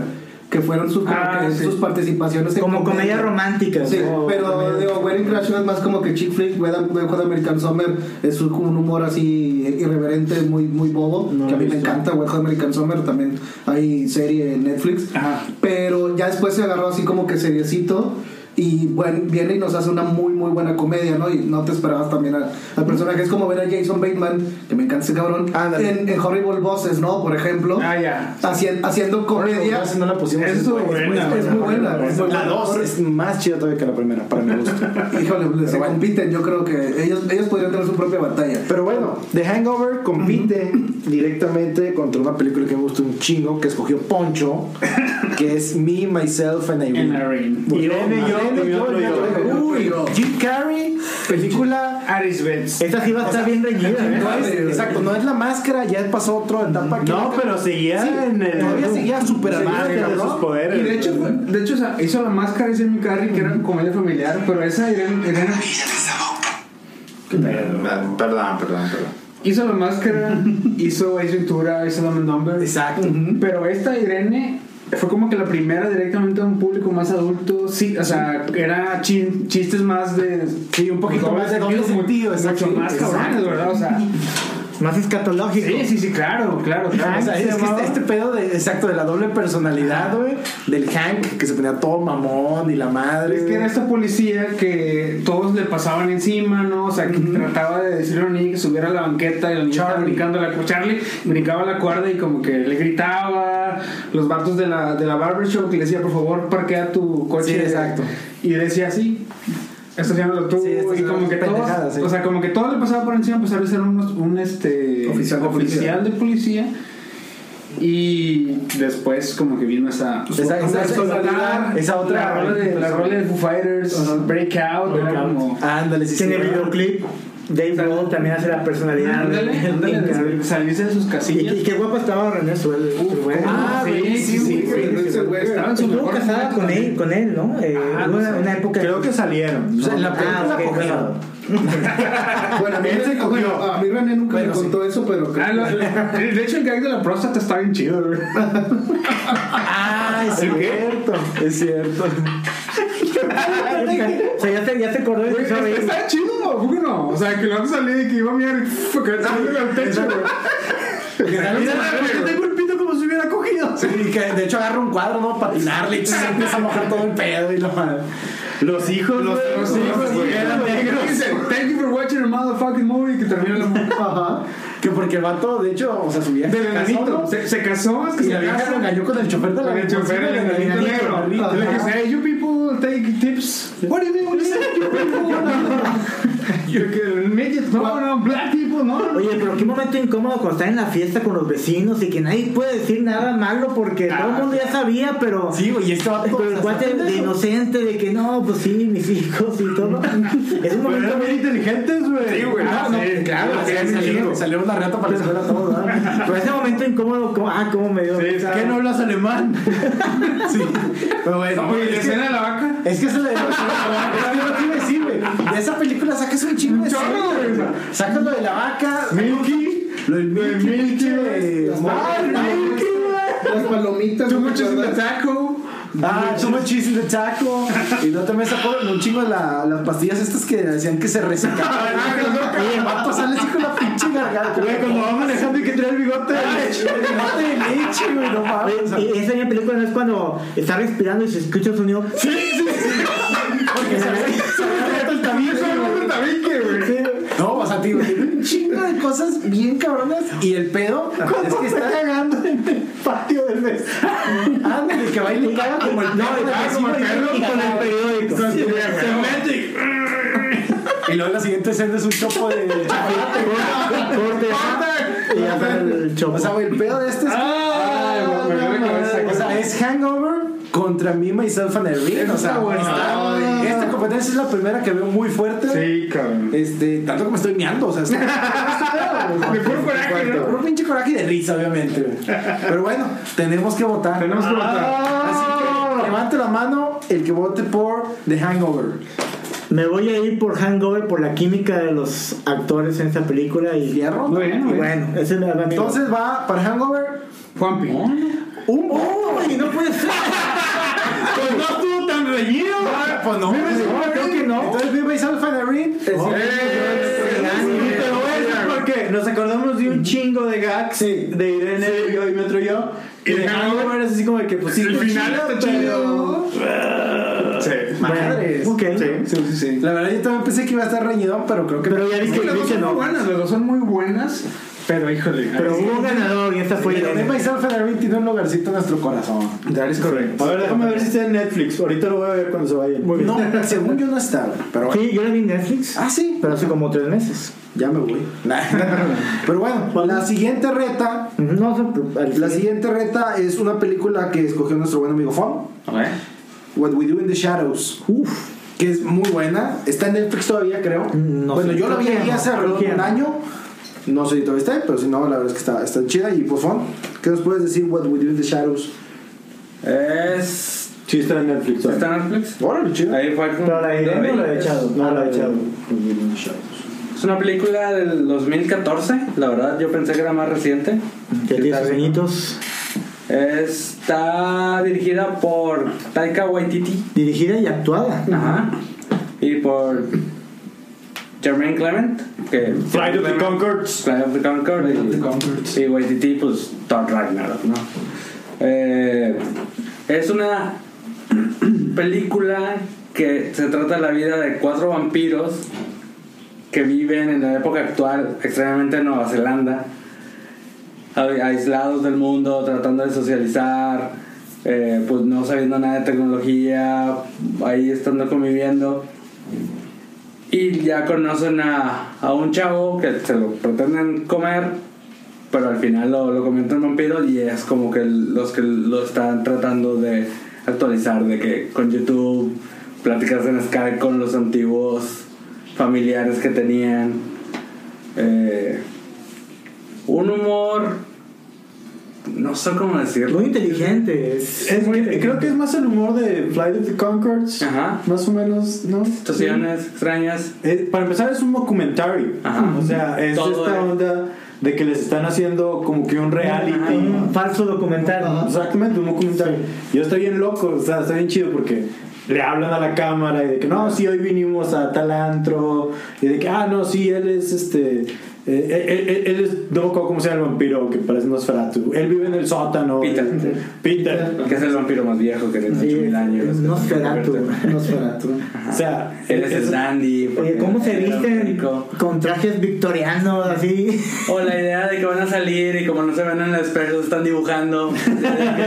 que fueron sus,
Ah,
que
sí.
sus participaciones en
Como comedia romántica.
Sí,
¿no?
pero
Comedia-
digo, Wedding Crashers es más como que chick flick, Wet Wet Hot American Summer es un, como un humor así irreverente, muy muy bobo,
No
que a mí
lo he
me
visto.
encanta Wet Hot American Summer, también hay serie en Netflix.
Ajá.
Pero ya después se agarró así como que seriecito y bueno, viene y nos hace una muy muy buena comedia, ¿no? Y no te esperabas también al, al personaje. Es como ver a Jason Bateman, que me encanta ese cabrón,
Ándale.
en, en Horrible Bosses, ¿no? Por ejemplo.
Ah, ya.
Hacien- haciendo comedia.
no la pusimos.
Eso estuvo buena,
es muy buena. es muy
La
buena.
2 es más chida todavía que la primera, para mi gusto.
Híjole, pues, se
bueno.
compiten. Yo creo que ellos, ellos podrían tener su propia batalla.
Pero bueno, The Hangover compite directamente contra una película que me gustó un chingo, que escogió Poncho, que es Me, Myself and I
En la
Will.
ring.
Irene, yo,
Irene,
y otro yo.
Uy, Jim Carrey, película
Aris Betts.
Esta sí va a estar bien reñida. ¿eh?
No es- exacto, no es la máscara, ya pasó otra etapa. que-
No, pero seguía
Sí,
en el.
todavía seguía super
seguía de sus poderes.
Y de hecho, de hecho o sea, hizo la máscara de Jimmy Carrey, que era comedia familiar, pero esa Irene, Irene,
Eh, Perdón, perdón, perdón.
Hizo la máscara, hizo Ace Ventura, hizo Dumb and Dumber.
Exacto.
Pero esta Irene fue como que la primera directamente a un público más adulto. Sí, o sea, era chi- chistes más de. Sí, un poquito
Como
más de
doble
adultos,
sentido, exacto.
Mucho más
Exacto.
cabrones, ¿verdad? O sea,
Más escatológico.
sí, sí, sí, claro, claro,
O
claro.
sea, es que este, este pedo de, exacto, de la doble personalidad, güey, del Hank, que se ponía todo mamón y la madre.
Es que era
güey.
esta policía que todos le pasaban encima, ¿no? O sea, que trataba de decirle a un niño que subiera a la banqueta y el niño estaba
Charlie.
brincando la cu- Charlie brincaba la cuerda y como que le gritaba. Los vatos de la, de la barbershop que le decía, por favor, parquea tu
Sí,
coche.
exacto.
Y decía así. Estacionalo tú,
Sí,
y
estacionalo,
como que todo,
pendejadas, sí.
o sea, como que todo le pasaba por encima, pues, a pesar de ser unos- un, este,
Oficial de
oficial de policía. Y después como que vino esa...
Esa- esa- esa-
soldar,
esa otra-
La rola de, la rola de Foo Fighters, Breakout, era como...
Ándale, sí, sí.
Tiene
güey.
videoclip. Dave Grohl también hace la personalidad.
Ándale, ándale, de salirse de sus
Y,
casillas.
y qué guapa estaba René Suel. güey.
Ah, sí, sí, sí, güey, ese güey estaba en su
Estuvo
mejor
casada
momento
con él,
también.
con él, ¿no? Eh,
Ah,
hubo
no
una,
sé.
una época.
Creo que salieron.
O sea, en la
Ah,
película
ok,
cogió.
Bueno, a mí,
Él se
René-
cogió.
bueno, a mí René nunca
Bueno,
me
sí.
contó eso, pero creo
Ah, lo- de hecho el gag de la próstata está bien chido, güey.
Ah, es cierto. Es cierto.
o sea, ya te, ya te acordó de
Güey,
eso,
Está
güey.
está chido, ¿por qué no? O sea, que lo han salido y que iba a mirar saliendo al techo, güey.
Yo tengo el pito como si hubiera cogido. Sí, y que de hecho agarra un cuadro, ¿no? Patinarle y se empieza a mojar todo el pedo y la madre.
Los hijos, los,
Los hijos, güey.
eran negros.
Dice, Thank you for watching a motherfucking movie que termina la
Ajá. Que porque el vato, de hecho, o sea, su vieja
Del
se casó,
enanito.
¿no?
Se, se casó, es que
Y
se
la vieja se
casó.
engañó con el chofer de la
Con el chofer, el enanito negro. Y
Ajá.
Le dije, hey, you people take tips. What do you mean? What do you mean, you people? Yo que el midget, no, no, black people, no. no.
Oye, pero qué momento incómodo cuando estás en la fiesta con los vecinos y que nadie puede decir nada malo porque todo el mundo ya sabía, pero.
Ah, Sí, güey, y este vato.
Pero el guate de inocente de que no, pues sí, mis hijos y todo. Es un momento
eran bien inteligentes, güey.
Sí, güey.
Ah, no,
Sí,
claro,
sí,
sí,
sí,
salieron, salieron la rata para la escuela todos, ¿verdad?
Pero ese momento incómodo, como, ah, cómo me dio. risa.
¿Qué no hablas alemán? sí. Pero bueno,
Oye, la
es, que,
escena de la vaca.
es que eso le es lo que iba a decir, güey. De esa película sacas un chingo de
chorro,
escenas,
güey.
Sacas lo de la vaca,
Milky.
lo del Milky,
Milky,
güey.
las
Ah,
palomitas,
Milky, güey.
que las palomitas.
Too
¿no te
much is in the
acuerdas?
taco.
Ah, too much cheese in the taco. Y no te me sacó un chingo de la- las pastillas estas que decían que se resecaban. Y el vato sale así con la pinche garganta. Güey, cuando va manejando y que trae el bigote de leche. El bigote de leche, güey, no mames. O sea,
Y esa misma película no es cuando está respirando y se escucha el sonido. Sí,
Porque se ve- se ve todo el tabique, güey. No, o sea, tío, tiene un chingo de cosas bien cabronas y el pedo es que está cagando en el patio del mes. Ándale, que baile y caga como el
no, y
caga
como el perro y con el periódico.
Se mete y... y luego la siguiente escena es un chopo de chocolate.
Corte. Y ya sale el chopo.
O sea, güey, el pedo de este es.
Ay, Ah, güey, me duele la cabeza.
o sea, es Hangover contra Me, Myself and Irene. O sea, está- esta competencia es la primera que veo muy fuerte.
Sí, cabrón.
Este, tanto como estoy meando, o sea, está- está pedo, güey.
De puro coraje,
De
¿no?
puro pinche coraje y de risa, obviamente. güey. Pero bueno, tenemos que votar. Ah.
Tenemos que
Así que levante la mano el que vote por The Hangover.
Me voy a ir por Hangover por la química de los actores en esta película y,
¿Fierro?
Muy bien,
y
muy bien.
bueno, ese es la mi-
Entonces va para Hangover
Juanpi.
un
¡Uy, no puede ser!
no estuvo tan reñido.
pues no, creo que no. Entonces, Viva Myself and Irene.
Te
Sí,
lo voy a decir porque nos acordamos de un chingo de gags
Sí.
de Irene y yo y me otro yo. Y de Hangover es así como de que pues sí,
El
está chido,
final está chido.
Madres.
Bueno, ok.
Sí, sí, sí.
La verdad, yo también pensé que iba a estar reñidón, pero creo que.
Pero ya viste
Es que
que
las dos
que
son muy
no.
buenas, las dos son muy buenas, pero híjole.
Pero
ahí sí.
hubo un ganador y esta fue
Pero Viva
Irene.
Myself and Irene tiene un lugarcito en nuestro corazón.
A ver, déjame ver si está en Netflix. Ahorita lo voy a ver cuando se vaya. Muy
No, según yo no está, güey, pero bueno.
Sí, yo la vi en Netflix,
Ah, sí,
pero hace como tres meses.
ya me voy. pero bueno, la siguiente reta.
No, se- al-
La siguiente reta es una película que escogió nuestro buen amigo Fon. What We Do in the Shadows.
Uf. Mm,
que es muy buena. Está en Netflix todavía, creo.
No
bueno,
sé,
yo la vi
creo que
ahí
no,
hace
creo
alrededor
que
de un
no.
año. No sé si todavía está, pero si no, la verdad es que está, está chida. Y pues, Fon, ¿qué nos puedes decir? What We Do in the Shadows.
Es.
Sí, está en Netflix. ahora.
¿Está en Netflix?
Órale, chido.
Ahí fue como-
Pero la de Irene no la he echado. No la he echado.
Es una película del 2014, la verdad yo pensé que era más reciente.
Ya
Sí,
tiene
está
sus
bien.
añitos.
Está dirigida por Taika Waititi
Dirigida y actuada.
Ajá. y por Jermaine Clement, que
Flight of the
Clement-
Conchords.
Flight of the Conchords y- y Waititi, pues Thor Ragnarok, ¿no? Eh, es una película que se trata de la vida de cuatro vampiros que viven en la época actual extremadamente en Nueva Zelanda, a- aislados del mundo, tratando de socializar, eh, pues no sabiendo nada de tecnología, ahí estando conviviendo. Y ya conocen a, a un chavo que se lo pretenden comer, pero al final lo, lo convierte en vampiro y es como que los que lo están tratando de actualizar, de que con YouTube platicas en Skype con los antiguos familiares que tenían. Eh, un humor, no sé cómo decirlo.
Muy inteligente. Es,
Es- creo que es más el humor de Flight of the Conchords.
Ajá.
Más o menos, ¿no?
Situaciones extrañas.
Eh, para empezar, es un documentario.
Ajá.
O sea, es
Todo
esta
era-
onda de que les están haciendo como que un reality. Ah,
Un falso documental.
Exactamente, un documentario. Yo estoy bien loco, o sea, está bien chido porque le hablan a la cámara y de que no, sí, hoy vinimos a tal antro. Y de que, ah, no, sí, él es este. eh, él, él- él es, no me acuerdo cómo se llama el vampiro que parece Nosferatu. Él vive en el sótano.
Peter.
Este, Peter.
Que es el vampiro más viejo que tiene
Sí,
8000 años.
no Nosferatu.
Nosferatu.
O sea,
Él es eh, el dandy.
Oye, ¿cómo se
era un
visten
rico.
con trajes victorianos así?
O la idea de que van a salir y como no se ven en el espejo, se están dibujando.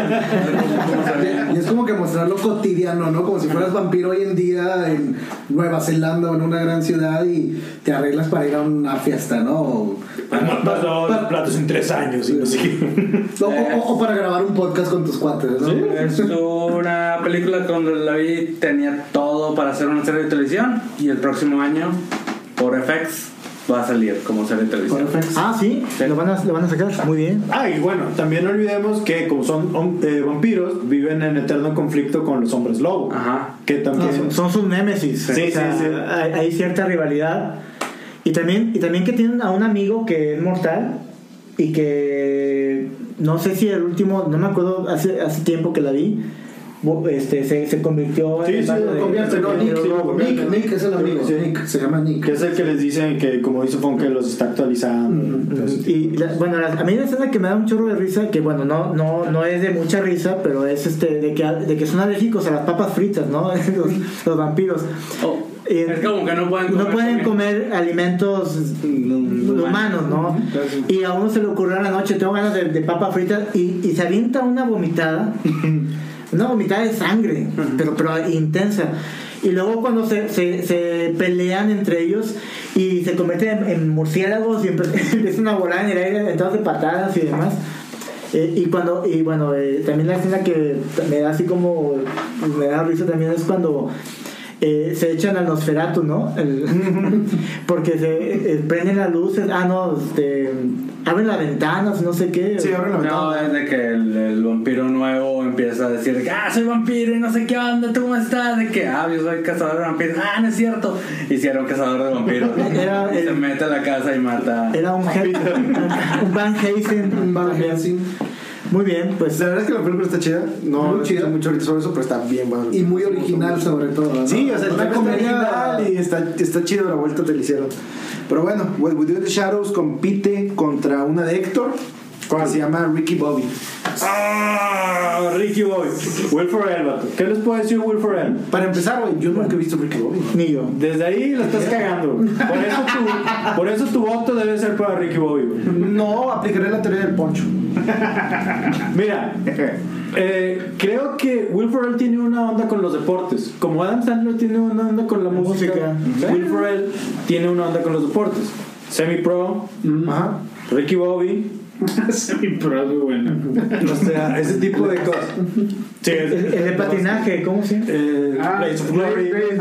¿Cómo se ven?
Y es como que mostrar lo cotidiano, ¿no? Como si fueras vampiro hoy en día en Nueva Zelanda o en una gran ciudad y te arreglas para ir a una fiesta, ¿no? O,
Más los platos en tres años y no sé qué.
o- o- o para grabar un podcast con tus cuates, ¿no?
Es una película cuando la vi tenía todo para hacer una serie de televisión y el próximo año por FX va a salir como serie de televisión.
Ah, sí, Lo, van a, lo van a sacar. Muy bien.
Ah, y bueno, también no olvidemos que como son hom- eh, vampiros, viven en eterno conflicto con los hombres lobo.
Ajá. Ah,
Que también...
Son- Son sus némesis.
Ah, Sí, sí, sí.
Hay, hay cierta rivalidad. Y también, y también que tienen a un amigo que es mortal y que no sé si el último, no me acuerdo, hace, hace tiempo que la vi, bo- este, se, se convirtió
Sí,
en... el
sí,
barrio
lo
de-
convierte, ¿no?
de-
Nick, sí, lo convierte.
Nick, Nick es el amigo,
Sí.
Nick, se llama Nick.
Que es el que les dicen que, como dice Fon, que los está actualizando. Entonces,
Y la- bueno, la- a mí la escena que me da un chorro de risa, que bueno, no, no, no es de mucha risa, pero es este de que, de que son alérgicos a las papas fritas, ¿no? los, los vampiros.
Oh,
Y-
es como que no pueden comer.
Eh, No pueden comer alimentos humanos, ¿no? Y a uno se le ocurrió en la noche, tengo ganas de, de papas fritas, y, y se avienta una vomitada, una vomitada de sangre, pero, pero intensa. Y luego cuando se, se, se pelean entre ellos y se convierten en, en murciélagos y empe- empiezan a volar en el aire, entonces de patadas y demás. Eh, y cuando y bueno eh, también la escena que me da así como me da risa también es cuando eh, se echan al Nosferatu no El- porque se eh, prenden las luces ah no este, abren las ventanas no sé qué
Sí, abren la
No,
ventana.
¿eh?
es de que el, el vampiro nuevo empieza a decir, ah, soy vampiro y no sé qué onda, ¿tú cómo estás? De que, ah, yo soy cazador de vampiros, ah, no es cierto. Hicieron cazador de vampiros.
Era
y se
el-
mete a la casa y mata.
era un, Hel- un Van Helsing
Van Helsing.
muy bien pues
La verdad es que la película está chida. No
Muy
le
chida.
chida. mucho ahorita sobre eso, pero está bien buena.
Y muy original sobre todo, ¿no?
Sí, o sea,
una
está
comedia...
original y está, está chido la vuelta que le hicieron. Pero bueno, What We Do in the Shadows compite contra una de Héctor que se llama Ricky Bobby.
¡Ah! Ricky Boy. Will Ferrell, vato. ¿Qué les puedo decir Will Ferrell?
Para empezar, güey, yo nunca he visto Ricky Bobby.
ni yo
Desde ahí lo estás cagando. güey. Por eso tu, por eso tu voto debe ser para Ricky Bobby. güey.
No, aplicaré la teoría del poncho.
Mira, eh, creo que Will Ferrell tiene una onda con los deportes. Como Adam Sandler tiene una onda con la música, Will Ferrell tiene una onda con los deportes. Semi Pro,
Ajá.
Ricky Bobby,
Semi-pro es muy bueno.
o sea, ese tipo de cosas. Sí,
el, el de patinaje cómo se llama?
Eh,
Ah,
Blades of Glory.
Blades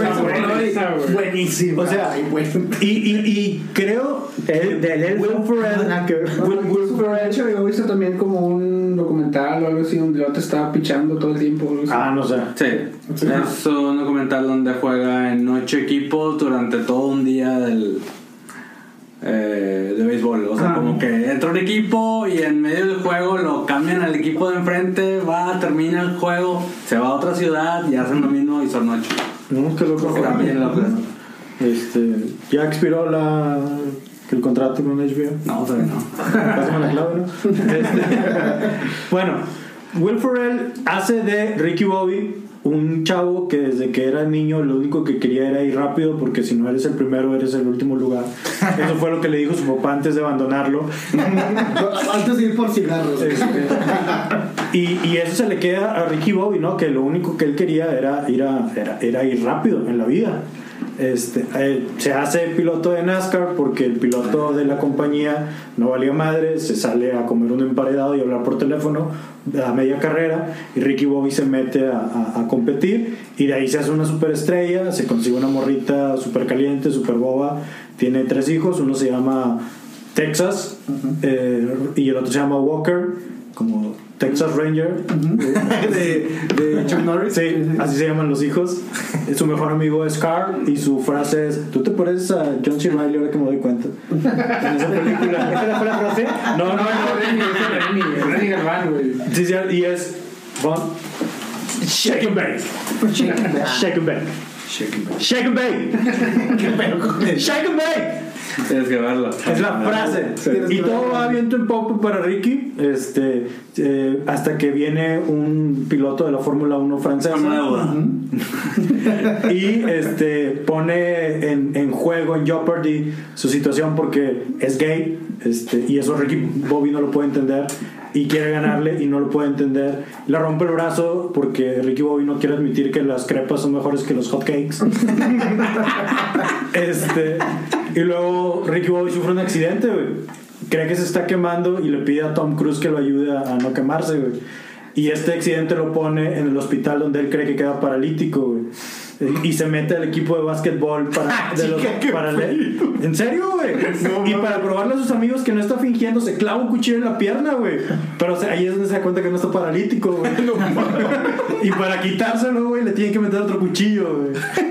of
Ah,
Glory.
Blades of Glory.
Buenísimo.
O sea,
Ay, güey.
Y, y, y creo
el del elfo
Will Ferrell-
Nada que ver.
Will, Will
Pero de
Ferrell
hecho, yo he visto también como un documental o algo así donde el te estaba pichando todo el tiempo. algo así.
Ah, no sé.
Sí, es un documental donde juega en ocho equipos durante todo un día del, eh, de béisbol. O
Ah.
sea, como que entra un equipo y en medio del juego lo cambian al equipo de enfrente, va, termina el juego, se va a otra ciudad y hacen lo mismo y son ocho.
No, qué loco.
Porque también la plaza.
Este, ya expiró la, el contrato con HBO.
No, todavía no.
Pásame la clave, ¿no? Este, bueno, Will Ferrell hace de Ricky Bobby un chavo que desde que era niño lo único que quería era ir rápido porque si no eres el primero eres el último lugar. Eso fue lo que le dijo su papá antes de abandonarlo.
Antes de ir por cigarros.
Este, y, y eso se le queda a Ricky Bobby, ¿no? Que lo único que él quería era ir, a- era, era ir rápido en la vida. Este, eh, se hace piloto de NASCAR porque el piloto de la compañía no valía madre, se sale a comer un emparedado y hablar por teléfono a media carrera y Ricky Bobby se mete a, a- a competir y de ahí se hace una superestrella, se consigue una morrita super caliente, super boba, tiene tres hijos, uno se llama Texas eh, y el otro se llama Walker, como Texas Ranger. de, Chuck Norris. Sí, así se llaman los hijos. Eh, Su mejor amigo es Carl y su frase es: ¿Tú te pareces a John C. Reilly ahora que me doy cuenta? En esa película. ¿Esa fue la frase? No, no, no.
Renny, Renny, Renny Galván, güey.
Sí, sí, y es: Von- Shake and bake. Shake and bake. Shake and bake. Shake and bake.
Tienes que verlo.
Es la frase. Y todo va viento en popa para Ricky. Este, eh, hasta que viene un piloto de la Fórmula 1 francesa.
Con una duda.
Y este, pone en, en juego, en Jeopardy, su situación porque es gay. Este, y eso Ricky Bobby no lo puede entender. Y quiere ganarle y no lo puede entender. Le rompe el brazo porque Ricky Bobby no quiere admitir que las crepas son mejores que los hotcakes. Este, y luego Ricky Bobby sufre un accidente, güey. Cree que se está quemando y le pide a Tom Cruise que lo ayude a, a no quemarse, güey. Y este accidente lo pone en el hospital donde él cree que queda paralítico, güey. Eh, Y se mete al equipo de básquetbol para... de los- para le- ¿En serio, güey? y para probarle a sus amigos que no está fingiendo, se clava un cuchillo en la pierna, güey. Pero se- ahí es donde se da cuenta que no está paralítico, güey. y para quitárselo, güey, le tienen que meter otro cuchillo, güey.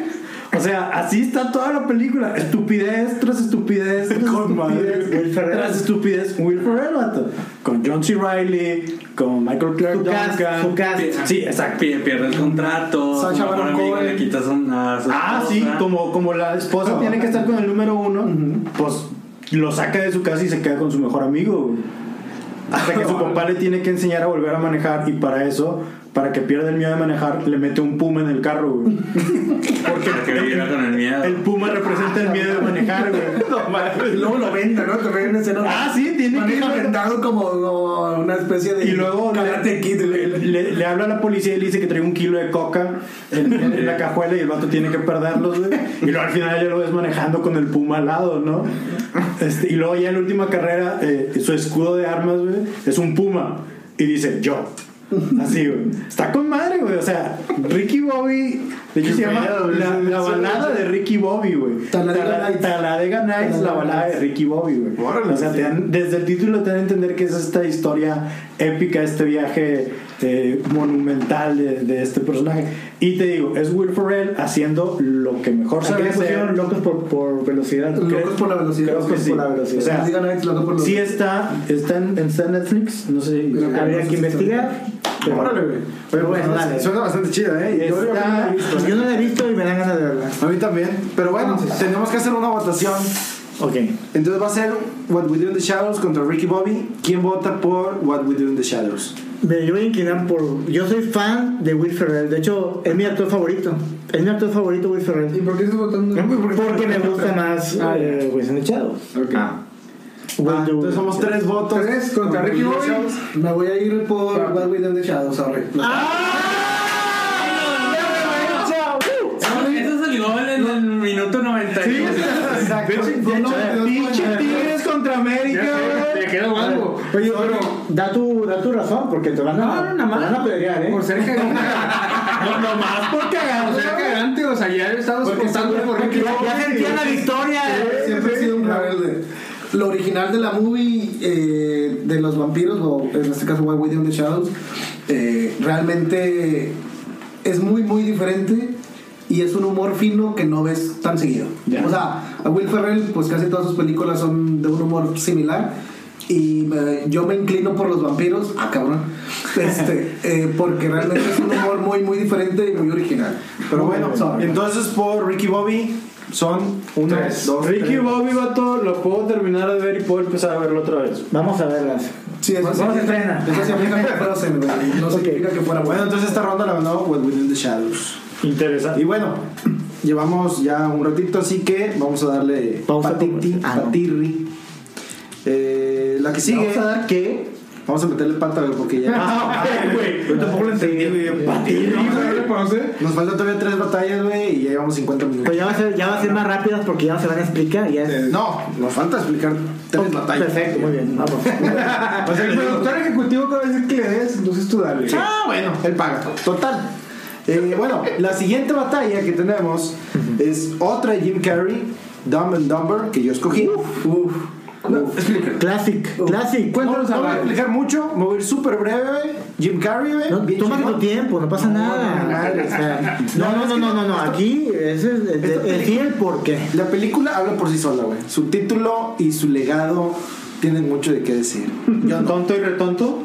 O sea, así está toda la película. Estupidez tras estupidez. Tras estupidez, tras estupidez. Will Ferrell, vato. Con John C. Riley, con Michael Clark
Su cast,
Duncan.
su cast.
Sí, exacto.
Pie- Pierde el contrato.
Sacha
su mejor
Baron
amigo
Cohen.
Le quitas una. su
Ah, sí,
esposa.
como, como la esposa tiene que estar con el número uno, pues lo saca de su casa y se queda con su mejor amigo. güey. Hasta que su papá le tiene que enseñar a volver a manejar y para eso, para que pierda el miedo de manejar, le mete un puma en el carro. güey. Porque
Para que viviera con el miedo.
El puma representa el miedo de manejar, güey.
Y luego lo venda, ¿no? Te venden ese
Ah, sí, tiene que ir a-
vendado como no, una especie de.
Y luego le-
Karate Kid, güey.
Le, le habla a la policía y le dice que trae un kilo de coca en, en la cajuela y el vato tiene que perderlos, güey. Y luego al final ya lo ves manejando con el puma al lado, ¿no? Este, y luego ya en la última carrera, eh, su escudo de armas, güey, es un puma. Y dice, yo. Así, güey. Está con madre, güey. O sea, Ricky Bobby. De hecho, se llama la, la balada de Ricky Bobby, güey.
Talladega
Tala-
Nights.
Talladega Nights, la balada de Ricky Bobby, güey. O sea, te dan- desde el título te dan a entender que es esta historia épica, este viaje eh, monumental de, de este personaje. Y te digo, es Will Ferrell haciendo lo que mejor
Aquí
sabe
le pusieron
hacer.
locos por, por velocidad.
Locos por la velocidad.
creo que
Locos
sí.
por la velocidad.
O sea,
Digan, "Ay, locos por la
Sí está, está en, está en Netflix, no sé.
Habría que investigar. pero-
Órale, güey.
Pero bueno,
suena-
dale.
Suena bastante chida, ¿eh? Yo creo que no la
Está-
he visto.
yo no la he visto y me dan ganas de verla.
A mí también. Pero bueno, tenemos que hacer una votación.
Ok.
Entonces va a ser What We Do in the Shadows contra Ricky Bobby. ¿Quién vota por What We Do in the Shadows?
Me yo voy a inclinar por. Yo soy fan de Will Ferrell. De hecho, es mi actor favorito. Es mi actor favorito, Will
¿Y
Ferrell.
por qué estás votando?
pues,
Porque me gusta más eh, Wilson Echado.
Ah.
Ah, entonces somos tres votos.
Tres contra Ricky Bobby.
Me voy a ir por What We Done the Shadow, sorry.
Eso- Eso salió en el minuto 90.
Exacto. De hecho,
eh,
pinche Tigres contra América, güey.
Te quedó algo.
Oye, pero da tu, da tu razón, porque te van a,
No, no, nada más.
te van a pelear, ¿eh?
Por ser cagante.
No, no más por cagar.
Por ser cagante, o sea, ya estabas contando por Ricky Bobby.
Ya sentía la victoria.
Siempre he sido un rebelde. Lo original de la movie eh, de los vampiros, o en este caso What We Do in the Shadows, eh, realmente es muy, muy diferente y es un humor fino que no ves tan seguido.
Ya.
O sea, a Will Ferrell, pues casi todas sus películas son de un humor similar. Y eh, yo me inclino por los vampiros, ah cabrón, este, eh, porque realmente es un humor muy, muy diferente y muy original.
Pero bueno,
sorry.
entonces por Ricky Bobby son uno,
Tres.
dos,
Ricky
tres.
Bobby, vato, lo puedo terminar de ver y puedo empezar a verlo otra vez.
Ah,
Vamos a verlas.
Sí, eso sí.
¿Cómo se estrena?
Eso sí aplica que fuera Frozen, güey. No significa que fuera
Bueno,
bueno.
entonces esta ronda la ganó What Within the Shadows. Y
Interesante.
bueno, llevamos ya un ratito, así que vamos a darle
Pausa
patiti,
comercial. Ah, no.
patirri. Eh, la que sigue,
Vamos a dar qué? Ah.
vamos a meterle pata güey, porque ya
Yo tampoco lo entendí, güey. Patirri.
nos faltan todavía tres batallas, güey, y ya llevamos 50 minutos. Eh,
Pues ya va a ser, ya va a ser más rápidas porque ya no se van a explicar. Ya es...
No, nos falta explicar tres
Ok,
batallas.
Perfecto, muy bien, vamos.
O sea, el productor ejecutivo cada vez que le des, entonces tú dale.
Ah, bueno, él paga. Total. Eh, bueno, la siguiente batalla que tenemos es otra de Jim Carrey, Dumb and Dumber, que yo escogí.
Classic, classic.
Cuéntanos, no, voy a explicar mucho, me voy a ir súper breve, güey. Jim Carrey, güey.
No,
bien
toma tu
chingón.
tiempo, no pasa nada.
madre,
O sea, No, no, no, no, no, no, Aquí es el, el, el, el, sí, el por qué.
La película habla por sí sola, güey. Su título y su legado tienen mucho de qué decir. Yo no.
Tonto y retonto.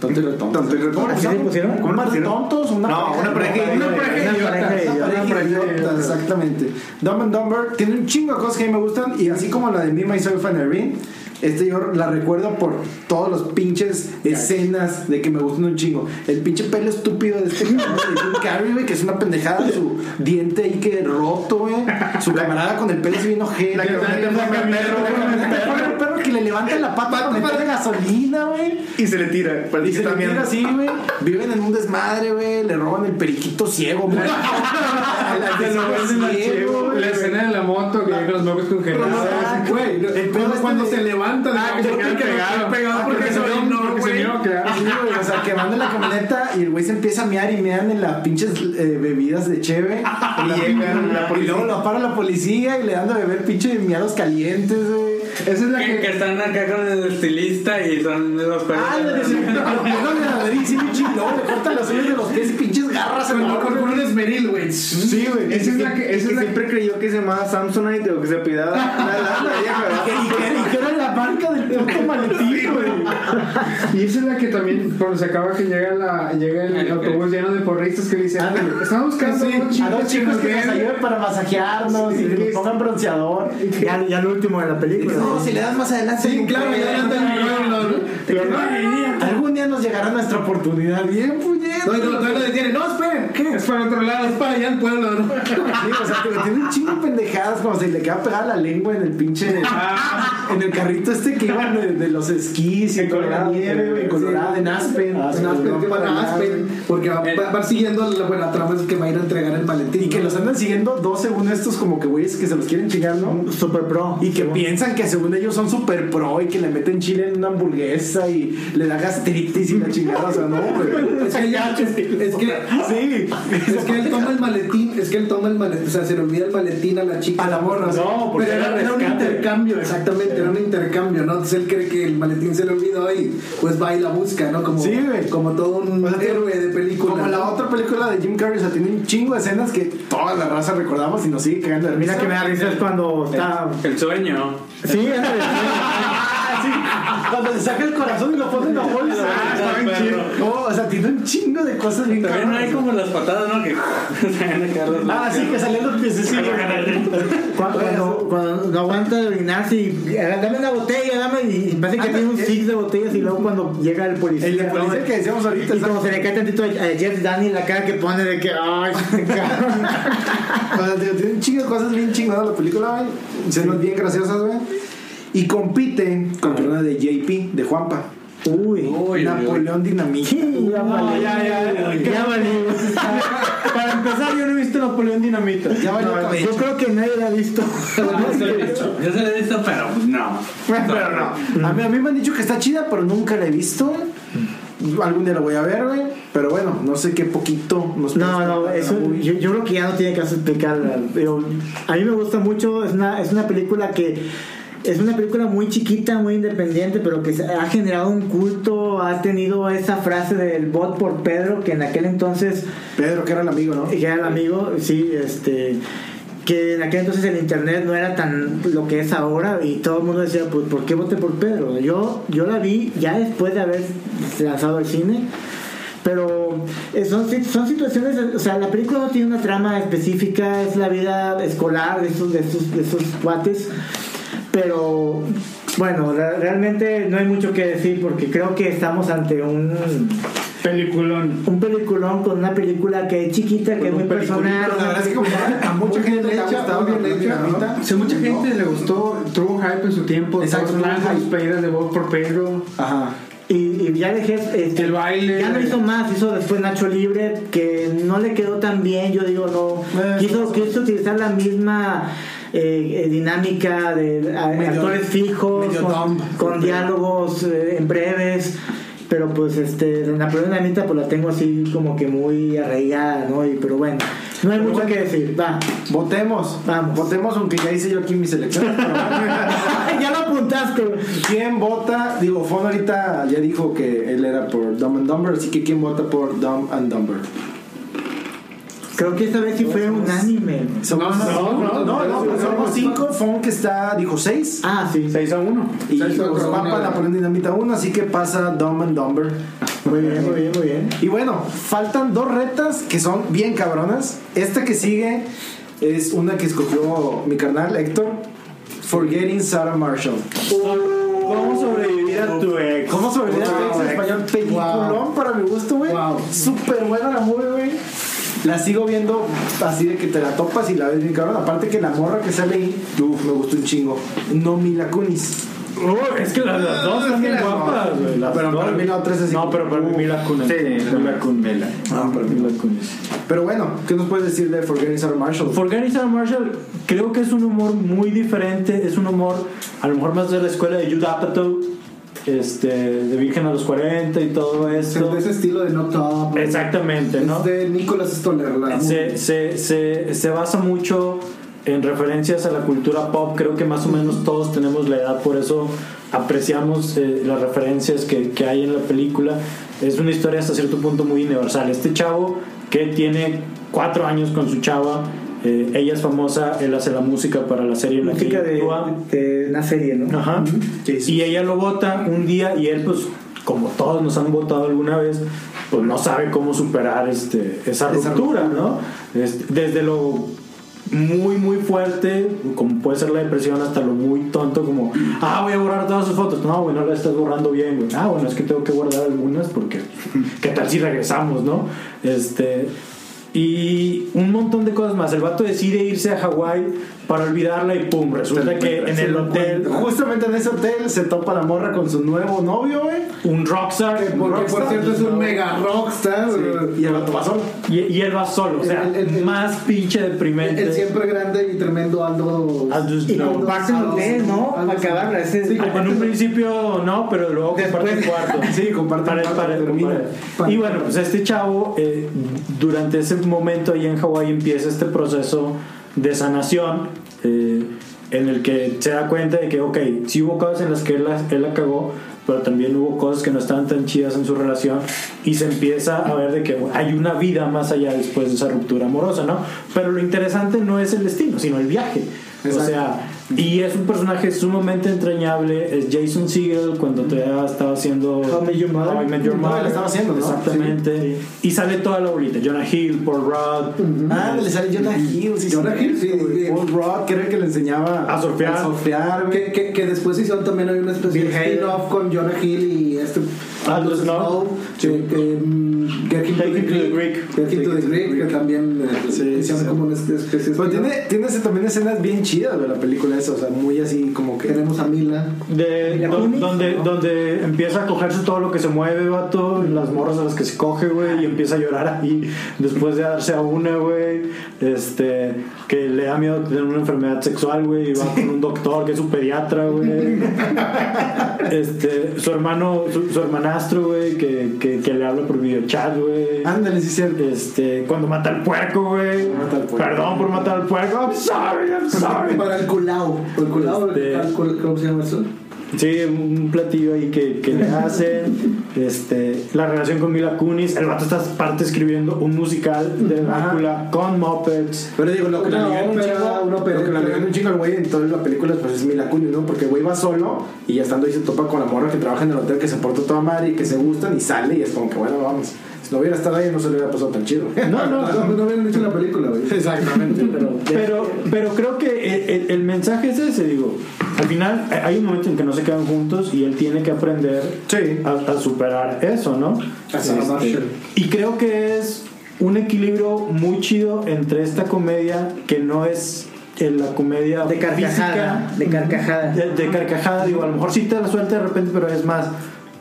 Tanto y retonto.
Tanto y retonto.
¿Cómo
¿Así le pusieron?
¿Un par de tontos? Una
No, una pareja. Una pareja.
Una pareja de
Una
idiotas.
pareja idiota, exactamente. Dumb and Dumber tiene un chingo de cosas que a mí me gustan y así como la de Me, Myself and Irene, este yo la recuerdo por todos los pinches escenas de que me gustan un chingo. El pinche pelo estúpido de este cabrón de Jim Carrey, güey, que es una pendejada, su diente ahí que roto, güey. Su camarada con el pelo así bien ojete.
La que
güey.
también fue con el perro, güey, con el perro.
Con el perro que le levanta la pata con el de gasolina, güey.
Y se le tira.
Y
pues,
Parece
se
que
le
también.
tira así, güey. Viven en un desmadre, güey. Le roban el periquito ciego, güey. Al asesino ciego, güey.
La escena de la moto que llega con los locos congelados.
Ah, güey. El pedo es cuando se
levanta,
Ah,
digamos,
yo
que
creo que
queda
pegado,
Ah,
pegado porque se vio,
no,
porque se
güey.
vio, claro.
Sí, güey, o sea, que van de la camioneta y el güey se empieza a mear y mean en las pinches eh, bebidas de cheve.
Y llega la
Y
policía.
luego lo para la policía y le dan de beber pinche miados calientes, güey. Esa es la
Que, que están acá con el estilista y son los perros.
Ah, la de su no de la nariz, sí, un chingón, le cortan las uñas de los pies y pinches garras en la
Con un esmeril, güey.
Sí, güey.
Esa es la que, esa es la
Siempre creyó que se llamaba Samsonite o que se apellidaba la la- la vieja, ¿verdad?
Y que, y que era la marca del puto maletín, güey.
Y esa es la que también, cuando se acaba que llega, la, llega el, autobús lleno de porristas que le dicen, estamos buscando
Sí,
a dos
a dos chicos que nos ayuden para masajearnos y que nos pongan bronceador.
Ya, ya lo último de la película.
No, si le das más adelante. Sí, claro, ya Algún día nos llegará nuestra oportunidad. Bien, puñet.
No, no, todavía lo detienen. No, esperen. ¿Qué? Es para otro lado, es para allá el pueblo. ¿no?
Sí, o sea, pero tiene un chingo de pendejadas como si le queda pegada la lengua en el pinche. en el carrito este que iban de, de los esquís y
En
con la
Colorado,
nieve, güey,
sí.
colorada en Aspen.
Ah, sí,
En Aspen,
no,
que van a Aspen.
porque va, va- va siguiendo la buena trama que va a ir a entregar el maletín.
Y que los andan siguiendo dos según estos, como que güeyes que se los quieren chingar, ¿no?
Super pro.
Y que piensan que según ellos son super pro y que le meten chile en una hamburguesa y le da gastritis y la chingada, o sea, no, güey.
Es que, ya- es que- es que-
Sí,
es que él toma el maletín, es que él toma el maletín, o sea, se le olvida el maletín a la chica.
a la morra. o sea,
No, porque
Pero era, era un intercambio, exactamente, era un intercambio, ¿no? Entonces él cree que el maletín se le olvidó y pues va y la busca, ¿no? Como,
Sí, güey.
como todo un
O sea,
héroe de película.
Como la
¿no?
otra película de Jim Carrey, o sea, tiene un chingo de escenas que toda la raza recordamos y nos sigue cagando de
Mira
risa.
que me da risa es cuando está.
El sueño.
Sí, ándale.
Ah, sí, Cuando le saca el corazón y lo pone en la bolsa.
Ah, está bien chido.
No, o sea, tiene un chingo de cosas bien
También no hay
cabronas.
como las patadas, ¿no? Que se van a quedar los
Ah, sí, que salían los piececitos.
Cuando, cuando, cuando no aguanta de orinarse y eh, dame una botella, dame. Y parece que tiene un six de botellas y luego cuando llega el policía.
Ah, eh. El de policía que decíamos ahorita.
Y como se le cae tantito a a Jeff Danny la cara que pone de que, ay, este cabrón.
O sea, tío, tiene un chingo de cosas bien chingadas la película, güey. Escenas bien graciosas, güey. Y compite contra una de JP, de Juanpa.
Uy.
Uy,
Napoleón Dinamita.
Ya valió. Ya, valió.
Para empezar, yo no he visto Napoleón Dinamita.
Ya valió
No,
cabeza.
Yo creo que nadie la ha visto.
Yo se lo he visto, yo se lo he visto, pero pues, no.
Pero no.
A mí, a mí me han dicho que está chida, pero nunca la he visto. Algún día la voy a ver, güey. Pero bueno, no sé qué poquito nos puedes
No, no,
contar de la
eso,
movie.
yo, yo creo que ya no tiene caso explicarla. Pero a mí me gusta mucho, es una, es una película que es una película muy chiquita, muy independiente, pero que se- ha generado un culto, ha tenido esa frase del bot por Pedro, que en aquel entonces
Pedro, que era el amigo, ¿no?
que era el amigo, sí, este que en aquel entonces el internet no era tan lo que es ahora y todo el mundo decía, pues ¿por qué voté por Pedro? Yo yo la vi ya después de haber lanzado el cine. Pero eh, son, si- son situaciones, o sea, la película no tiene una trama específica, es la vida escolar de esos, de esos, de esos cuates. Pero bueno, re- realmente no hay mucho que decir porque creo que estamos ante un,
Peliculón.
un peliculón con una película que es chiquita, que es muy personal.
Pero la verdad es que como a mucha
Muy
gente
bien
le ha
hecha,
gustado
muy bien
la
hecha,
dinamita.
¿no?
Sí, mucha gente le gustó, tuvo hype en su tiempo,
Exacto,
todos
tuvo
las
hype.
pedidas de voz por Pedro,
Ajá.
Y, y ya dejé. este,
el baile.
Ya no hizo más, hizo después Nacho Libre, que no le quedó tan bien, yo digo, no.
Eh,
Quiso, quiso utilizar la misma eh, eh, dinámica de a-
Medio-
actores fijos,
medio
con,
dumb.
con diálogos eh, en breves. Pero pues este, en la primera mitad pues la tengo así como que muy arraigada, ¿no? Y, pero bueno, no hay mucho que decir, va.
Votemos.
Vamos.
Votemos, aunque ya hice yo aquí mi selección. pero bueno.
ya lo apuntaste.
¿Quién vota? Digo, Fon ahorita ya dijo que él era por Dumb and Dumber, así que ¿quién vota por Dumb and Dumber?
Creo que esta vez sí fue unánime.
Somos,
no, no,
no, no,
no,
somos
no.
cinco. Fon que está, dijo seis.
Ah, sí.
6 a 1.
Y
seis,
los
otro,
papas
uno,
la ponen dinamita uno, así que pasa Dumb and Dumber.
Muy bien, muy bien, muy bien.
Y bueno, faltan dos retas que son bien cabronas. Esta que sigue es una que escogió mi carnal Héctor. Forgetting Sarah Marshall.
¿Cómo sobrevivir a tu ex?
¿Cómo sobrevivir
Wow.
wow, en español? Peliculón para mi gusto, güey.
Wow.
Súper buena la movie, güey. La sigo viendo así de que te la topas y la ves bien cabrón. Aparte que la morra que sale ahí, uf, me gustó un chingo. No Mila Kunis.
Uy, es que las, las dos están bien guapas, güey. las
Pero
dos.
para mí la otra es así
No,
como-
pero para mí la cuna.
Sí,
la cuna.
Ah, para mí
la cuna.
Pero bueno, ¿qué nos puedes decir de Forgetting Sarah Marshall?
Forgetting Sarah Marshall creo que es un humor muy diferente, es un humor a lo mejor más de la escuela de Jude Apatow, este, de Virgen a los 40 y todo
Es
esto.
de ese estilo de no top.
Exactamente,
Es
¿no?
de Nicholas Stoller. La
Se, se, se, se basa mucho en referencias a la cultura pop, creo que más o menos todos tenemos la edad, por eso apreciamos eh, las referencias que, que hay en la película. Es una historia hasta cierto punto muy universal. Este chavo que tiene cuatro años con su chava, eh, ella es famosa, él hace la música para la serie en la que
Música
ella
de,
actúa.
de una serie, ¿no?
ah. Ajá. Y ella lo vota un día y él, pues, como todos nos han votado alguna vez, pues no sabe cómo superar este, esa, ruptura, ¿no? Este, desde lo muy, muy fuerte, como puede ser la depresión, hasta lo muy tonto, como, ah, voy a borrar todas sus fotos. No, güey, no las estás borrando bien, güey. Ah, bueno, es que tengo que guardar algunas porque, ¿qué tal si regresamos, no? Este. Y un montón de cosas más. El vato decide irse a Hawái para olvidarla y pum, resulta que en el hotel
Justamente en ese hotel se topa la morra con su nuevo novio, güey.
un rockstar
Porque por
Rockstar,
cierto es un
¿no?
mega rockstar.
Y el vato va solo.
y, y él va solo, o sea,
El- el- el-
más pinche
El,
deprimente.
el siempre grande y tremendo Aldo.
Aldous
Y
Lowe.
comparten
Algo
hotel,
así,
¿no?
algo
Para
así.
acabarla. Ese
Sí,
en un principio no, pero luego comparten
Después-
cuarto.
Sí, comparten
Para-
cuarto,
para-
termina.
para- Y bueno, pues este chavo, eh, durante ese momento ahí en Hawái empieza este proceso de sanación eh, en el que se da cuenta de que, ok, sí hubo cosas en las que él la, él la cagó, pero también hubo cosas que no estaban tan chidas en su relación y se empieza a ver de que bueno, hay una vida más allá después de esa ruptura amorosa, ¿no? Pero lo interesante no es el destino, sino el viaje. O sea, y es un personaje sumamente entrañable, es Jason Segel cuando todavía estaba haciendo
How I Met Your Mother.
How I Met Your
No,
Mother.
la estaba haciendo, ¿no?
Exactamente. Y sale toda la bolita, Jonah Hill, Paul Rudd,
Ah, le sale Jonah Hill. Sí,
Jonah Hill, sí,
güey.
sí.
Paul Rudd, creo que le enseñaba
A surfear.
A surfear, güey.
Que, que, que después hicieron también hay una especie
Bill
de
Hader.
spin-off con Jonah Hill y este
Aldo Snow.
que, que, mm, Get Him to
Take
the
Him to the
Greek,
Greek.
Get Him to the Greek, que también eh,
Sí,
hicieron
sí.
como una especie de
Pero
spin-off.
tiene, tiene ese- también escenas bien chidas, güey, la película esa. O sea, muy así como que.
tenemos a Mila
de,
¿Y a
do-
Clooney?
donde, donde empieza a cogerse todo lo que se mueve, vato, las morras a las que se coge, güey, y empieza a llorar ahí después de darse a una, güey, este, que le da miedo tener una enfermedad sexual, güey, y va con un doctor que es un pediatra, güey. Este, su hermano, su, su hermanastro, güey, que, que, que le habla por videochat, güey. güey.
Ándale, sí, es cierto.
Este, cuando mata al puerco, güey. Perdón por matar al puerco. I'm sorry, I'm sorry.
Para el culao. El culao,
Este-
el cul- ¿cómo se llama eso?
Sí, un platillo ahí que, que le hacen. Este, la relación con Mila Kunis. El vato está parte escribiendo un musical de Drácula con Muppets.
Pero digo, lo que la
Una
ligan un
ópera,
chingo,
una
lo que la
película.
ligan un chingo al güey en toda la película pues es Mila Kunis, ¿no? Porque el güey va solo y ya estando ahí se topa con la morra que trabaja en el hotel que se porta toda madre y que se gustan y sale y es como que bueno, vamos. Si no hubiera estado ahí no se le hubiera pasado tan chido.
No, no,
No, no habían hecho la película, güey.
Exactamente.
Pero,
Pero, pero creo que el, el- el mensaje es ese, digo. Al final eh, hay un momento en que no se quedan juntos y él tiene que aprender
Sí.
a, a superar eso, ¿no?
Así es.
Y creo que es un equilibrio muy chido entre esta comedia que no es eh, la comedia
de carcajada.
física,
De carcajada.
de, de carcajada, digo, a lo mejor sí te la suelta de repente, pero es más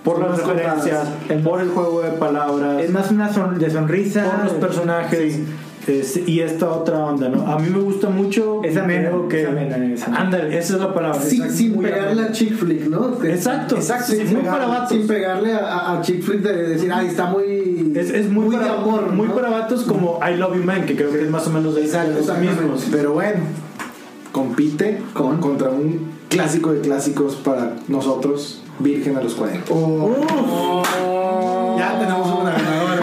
por
Son
las
más contadas.
referencias, por el juego de palabras,
Es más una son- de sonrisa.
por los personajes este, y esta otra onda, ¿no? A mí me gusta mucho.
Es amena,
creo que-
es amena, es amena.
Ándale, esa es la palabra.
Sin,
exacto,
sin
muy
pegar
amena.
la chick flick, ¿no? Que-
Exacto, exacto,
Sin,
muy
pegar-
para vatos.
sin pegarle a, a, a chick flick de decir, ay, está muy.
Es, es muy,
de
para,
amor.
muy
¿no?
para vatos como I Love You Man, que creo que es más o menos de
Exacto,
los
exactamente.
mismos.
Pero bueno, compite con, contra un clásico de clásicos para nosotros, Virgen a los 40. Ya tenemos una ganadora.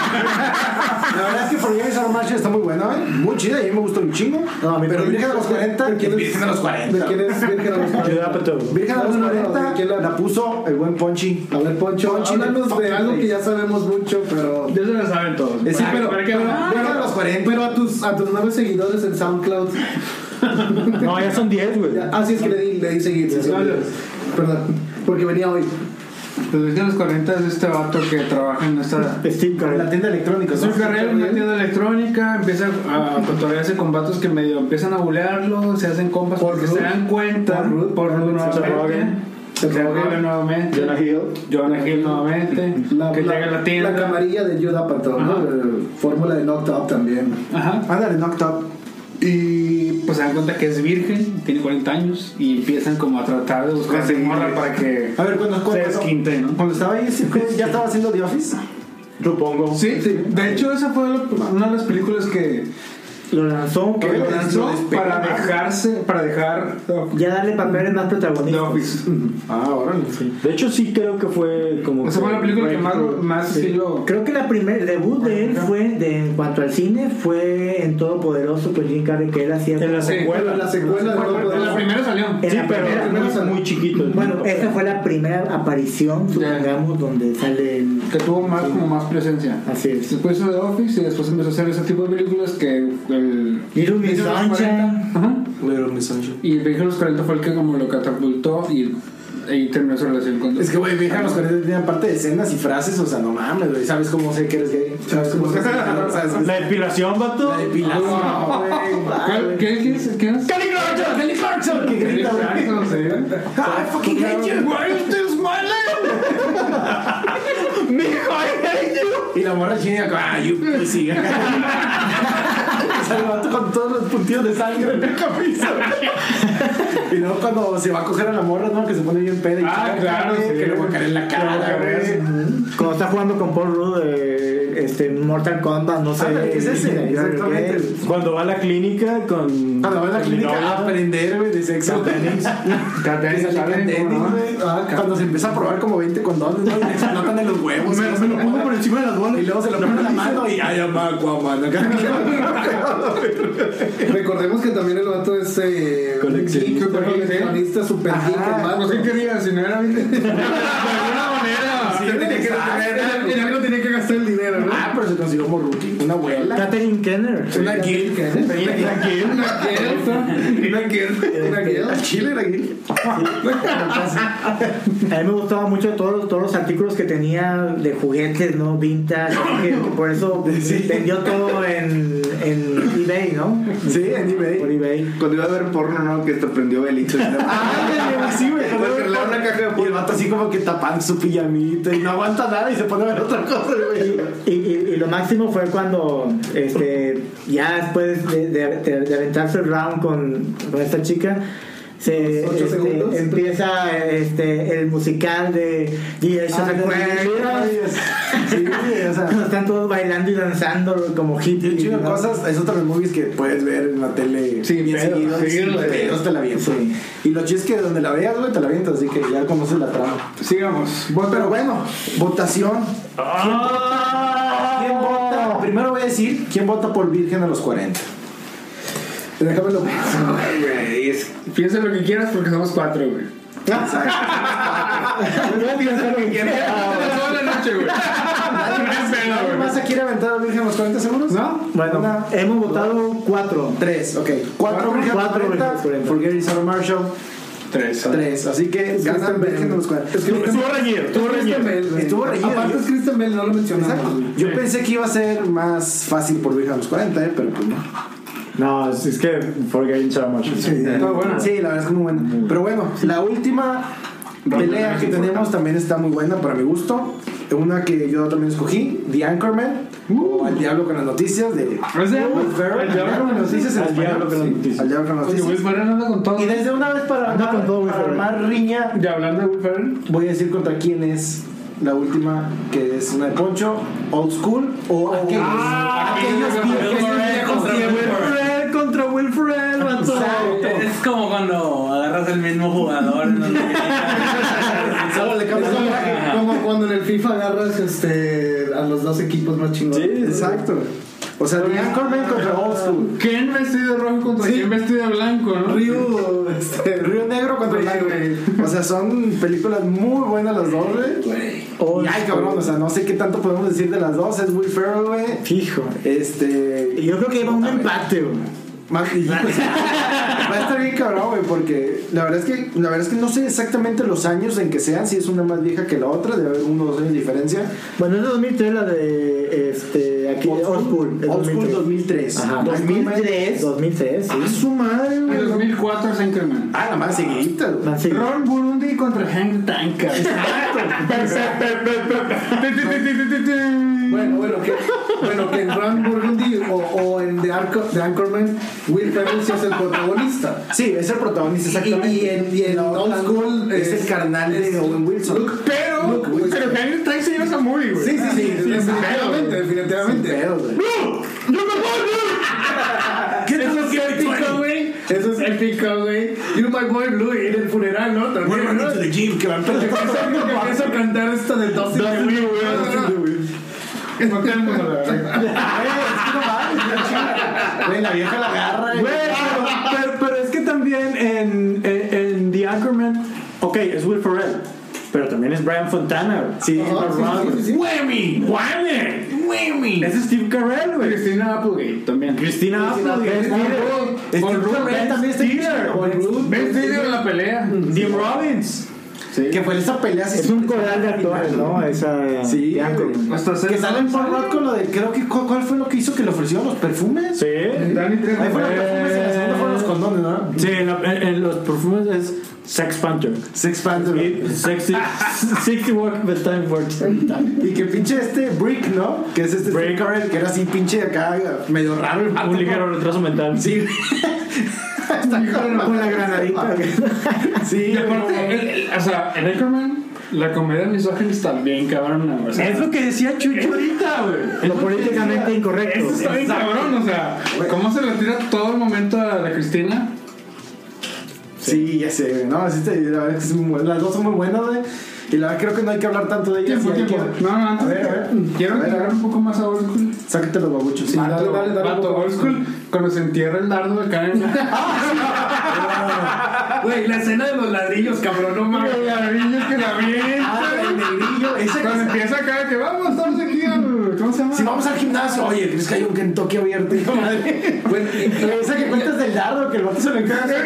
La verdad es que For Games Are Match está muy buena, ¿eh? Muy chida, y a mí me gustó un chingo.
No, a mí
pero
también.
Virgen a los 40, ¿quién es?
Virgen a los 40.
¿De quién es Virgen a los 40?
Yo era todo.
Virgen a los
No, no, no, ¿de
40
quién
la,
la-
puso el buen Ponchi.
A ver, Poncho,
Ponchi,
háblanos
fucking
de algo
face.
que ya sabemos mucho, pero. Eh,
Ya se la saben todos.
Sí,
Para-
pero,
para que ahora-
pero- pero a tus a tus nueve seguidores en SoundCloud.
No, ya son 10, güey.
Ah, sí, es que le di, le di seguir. sí, sí,
Claro.
Perdón, porque venía hoy.
Los Virgen de los 40 es este vato que trabaja en esta.
Steve Carell.
La tienda electrónica.
Su
¿no?
carrera en una tienda electrónica, empieza a cotorrearse con vatos que medio empiezan a bulearlo, se hacen compas
Por
porque
Ruth.
se dan cuenta
Por Ruth.
por Ruth
Se
nuevamente.
rogan.
Se rogan nuevamente.
Jonah Hill.
Jonah Hill nuevamente. que llega a la tienda.
la camarilla de Judah Patton, ¿no? Eh, Fórmula de Knocked Up también.
Ajá.
Ándale, Knocked Up.
Y pues se dan cuenta que es virgen, tiene 40 años y empiezan como a tratar de buscar
Sí.
morra para que
A ver, cuando,
se
cuando,
desquinte, ¿no?
cuando estaba ahí, ese juez, ¿ya estaba haciendo The Office?
Supongo.
Sí, de hecho esa fue la- una de las películas que,
Lo lanzó.
que
que-
lo lanzó para dejarse, para dejar
Ya darle papeles más
The
protagonistas.
Office.
Ah, órale.
De hecho, sí creo que fue como.
Esa fue la película que más, más sí lo-
Creo que la primer el debut de él fue, de, en cuanto al cine, fue en Todopoderoso con Jim Carrey, que él hacía.
En la
Sí,
secuela.
La secuela de Knocked
En la
Up.
primera salió.
en
Sí,
la
pero
primera.
primero es muy chiquito. el
Bueno,
papel.
esa fue la primera aparición, supongamos, donde sale el.
Que tuvo más como más presencia.
Así es.
Después hizo The Office y después empezó a hacer ese tipo de películas que el...
Little Miss Sunshine.
Ajá.
Little Miss Sunshine.
Y Virgen de los 40 fue el que como lo catapultó y ahí terminó su relación con
Es que, güey, Virgen a los 40 tenían parte de escenas y frases, o sea, no mames, güey. ¿Sabes cómo sé que eres gay? ¿Sabes cómo sé que eres gay? ¿Sabes cómo sé
La depilación, vato.
La depilación.
¿Cuál- ¿Qué qué es? ¿Qué es?
Kelly Clarkson, Kelly Clarkson, que grita, güey.
Exacto, sí.
I fucking hate you. Why you still smiling? Mijo, I hate you. Y la morra china acá, ah, you pussy. Salvato con todos los puntillos de sangre en la camisa. y luego cuando se va a coger a la morra, ¿no? Que se pone bien peda y
Ah,
chica,
claro,
güey,
sí.
que le va a caer en la cara, güey.
Cuando está jugando con Paul Rudd
eh,
de este, Mortal Kombat, no sé.
Ándale, ¿qué es ese?
Yo creo que
Exactamente.
es.
Cuando va a la clínica con.
Cuando va a Ah, la
con mi
clínica
novia.
a aprender, güey, de sexo.
Cat
Que
Dennis,
se
¿sabes?
aplican tenis,
¿Cómo no?
güey. Ah, Cuando se empieza a probar como 20 condones, ¿no? Y le explotan en los huevos.
Me, me lo pongo por encima de las bolas.
Y luego se lo pone en la mano y ay, ama, guaman.
Recordemos que también el vato es eh,
Coleccionista.
un geek, coleccionista, super geek, el vato.
Pues, ¿qué quería? Si no era virgen. De alguna manera.
Sí,
tenía que-
exacto.
en algo tenía que gastar el dinero, ¿no?
Ah, pero se consiguió morruki. Una abuela.
Catherine Kenner.
Una guild.
Una que- una que- una que-
Al chile era guild.
A mí me gustaban mucho todos los, todos los artículos que tenía de juguetes, ¿no? Vintage. que- que por eso vendió todo en, en eBay, ¿no?
Sí, en
Por
eBay. Ah,
eBay.
Cuando iba a ver porno, ¿no? Que te prendió el hito.
Ándale, güey, sí, güey.
Porque le da una caja de
Y el vato así como que tapando su pijamita y no aguanta nada y se pone a ver otra cosa, güey.
Y, y- y lo máximo fue cuando este, ya después de, de- de- de aventarse el round con, con esta chica, se
Ocho
este,
segundos.
empieza este, el musical de Direction
Ah, de Sí, o sea,
Están todos bailando y danzando como
y un
hippies.
chingo de
¿no?
cosas, es otra de las movies que puedes ver en la tele.
Sí, pero,
seguido,
sí,
sin
lo de-
pedos te la avientas. Y lo chido es que donde la veas, güey, te la avientas, así que ya conoces la trama.
Sigamos.
Bueno, pero bueno, votación.
Ah,
¿Quién vota? Primero voy a decir, ¿quién vota por Virgen a los 40? Déjamelo
Ay, güey, es- Piensa lo que quieras porque somos cuatro, güey. Toda la noche, güey.
¿Alguien más se quiere aventar a Virgen a los 40 seguros? No.
Bueno,
Una,
hemos votado cuatro.
tres, ok. Cuatro Virgen a los
Cuatro Virgen
40.
a los 40.
Forget it, Sarah Marshall.
Tres.
Tres. Así que ganan Virgen a los 40.
Estuvo reñido, estuvo reñido.
Estuvo reñido.
Aparte es Christian Bell, no lo mencionamos.
Exacto.
güey.
Yo pensé que iba a ser más fácil por Virgen a los 40, eh, pero pues no.
No, es, es que Forgetting Sarah Marshall.
Sí,
Está buena.
Sí, la verdad es que muy buena. Pero bueno, la última pelea que tenemos también está muy buena para mi gusto. Una que yo también escogí, The Anchorman, o Al Diablo con las Noticias de Will
Al
Ferrell. Al
Diablo
Diablo con las Noticias en
Al Diablo
español,
con las
sí.
Noticias.
Al Diablo con las
Oye, Will
Noticias.
Ferrell anda con todo.
Y desde una vez para
Anda con todo, Will
para
Ferrell.
armar riña,
Y hablando de Will Ferrell,
voy a decir contra quién es la última, que es una de Poncho, Old School, o aquellos,
Ah,
aquellos viejos viejos tiempos.
Ferrell contra Will Ferrell, Es como cuando agarras el mismo jugador. ¿no?
Solo le cambias
Como-
el traje.
Como cuando en el FIFA agarras este, a los dos equipos más chingones.
Sí, exacto. O sea, The Anchorman contra Old School.
¿quién vestido de rojo contra quién vestido de blanco, no?
Río, este, Río Negro contra el
Sí,
Lago. O sea, son películas muy buenas las dos, güey. Y, ay, cabrón, o sea, no sé qué tanto podemos decir de las dos. Es Will Ferrell, güey.
Fijo.
Este.
Y yo creo que iba un
A ver.
empate, güey.
Mac- y- pues, va a estar bien cabrón, güey, porque la verdad es que la verdad es que no sé exactamente los años en que sean, si es una más vieja que la otra, debe haber uno o dos años de diferencia.
Bueno, es 2003 la de este, aquí, Old School. es
Old School 2003.
Ajá.
2003.
2003, sí.
Ah, su madre,
En
güey.
2004 es Anchorman.
Ah, la más seguidita, güey.
Van Siegel.
Ron Burundi contra Hank Tanka.
Bueno, bueno, que, bueno, que en Ron Burgundy o, o en The, Anchor- The Anchorman, Will Ferrell sí es el protagonista.
Sí, es el protagonista, exactamente.
Y, y en, y en Old School
es el carnal de Owen Wilson.
Pero, pero Hank Tank se lleva esa movie, güey.
Sí, sí, sí, definitivamente,
definitivamente.
definitivamente.
Eso es épico, güey. Eso es épico, güey. You're my boy Blue en el funeral, ¿no? También, ¿no?
the gym, que van
Que empiezo a cantar esta del Dustin Ah, Dewey, güey. No tenemos a la verga.
Güey, la vieja la agarra.
Güey, pero, pero- pero es que también en, en, en The Anchorman, ok, es Will Ferrell, pero también es Brian Fontana, güey. Sí, es Mark Ronson.
¡Whammy!
Es Steve Carell, güey.
Cristina Applegate también.
Cristina Applegate.
Con Ruth.
Steve
Con Ruth.
Carell Este, también está
Con Ruth. Ben Stiller en la pelea.
Jim Robbins.
Que fue esa pelea así.
Es un coral de actores, ¿no? Esa.
Sí,
de Anchorman.
güey.
Hasta
Que
hacer-
salen por rato con lo de. Creo que. ¿Cuál cuál fue lo que hizo que le ofrecieron los perfumes?
Sí.
Danny Trejo.
Ahí fueron los perfumes y la segunda fueron los condones, ¿no?
Sí, en, la- en- en los perfumes es Sex Panther.
Sex Panther.
Y Sexy. Sexy Walk with Time for
Y que pinche este Brick, ¿no? Que es este
Brick.
Steve Carell, que era así pinche acá, medio raro el vato,
Un
¿no?
ligero Ah, retraso mental.
Sí. Está con la granadita. Sí,
Y aparte, el- el- o sea, en Anchorman, la comedia misógina está bien cabrona, güey. O sea,
Es lo que decía Chucho ahorita, güey.
Lo políticamente
Eso
incorrecto.
está bien cabrón, o sea, ¿cómo se le tira todo el momento a la Cristina?
Sí, ya sé, güey. No, sí, te- la verdad es que es muy buena. las dos son muy buenas, güey. Y la verdad creo que no hay que hablar tanto de ellas.
Tiempo,
sí hay
tiempo.
que-
No, no,
A
antes.
ver, a ver.
Quiero
A ver, a ver.
llegar un poco más a Old School.
Sácate los babuchos. Sí, dale, dale, dale.
Vato, Old School, cuando se entierra el dardo de Karen. Güey, la escena de los ladrillos, cabrón, no mames. Los ladrillos que la
Ah, el
vienen.
negrillo. Ese
Cuando
que...
empieza acá, que vamos, estamos aquí. al- ¿Cómo se llama?
Si vamos al gimnasio, oye, es que hay un Kentucky abierto. hijo de madre. Bueno, y- esa que cuentas del dardo, que el vato se lo encarga.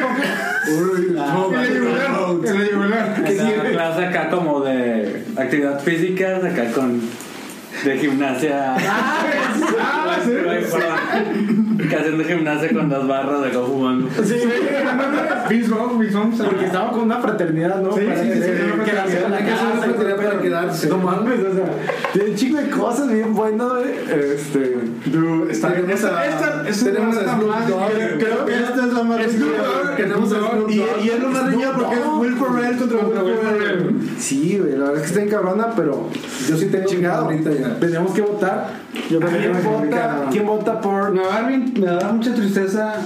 Uy, no,
En la yugular. En la yugular.
Es una clase acá como de actividad física, acá con. de gimnasia.
Ah, sí.
Ay, perdón. que haciendo gimnasia con las barras de acá fumando.
Sí,
Bisbong, Bisbong,
porque estaba con una fraternidad, ¿no?
Sí,
Para
sí, sí,
que-
sí, una
que la hacían en la
Hay que hacer una
casa y todo
fraternidad
el
para
pedo.
quedarse.
No mames, o sea, tiene un chingo de cosas bien buenas, güey. Este. dude, está bien.
Tenemos a-
Esta es una
tenemos a
buena
Snoop
más.
Dogg.
Creo que esta es la más
Snoop Dogg, tenemos a Snoop
Y,
Dogg.
y es lo más reñido porque es Will Ferrell contra Will Ferrell.
Sí, güey, la verdad es que está encabrona, pero
Yo sí tengo
chingado.
ahorita ya.
Tenemos que votar.
Yo también
¿Quién
tengo que
vota,
votar.
¿Quién vota por.?
Me da, bien- me da mucha tristeza.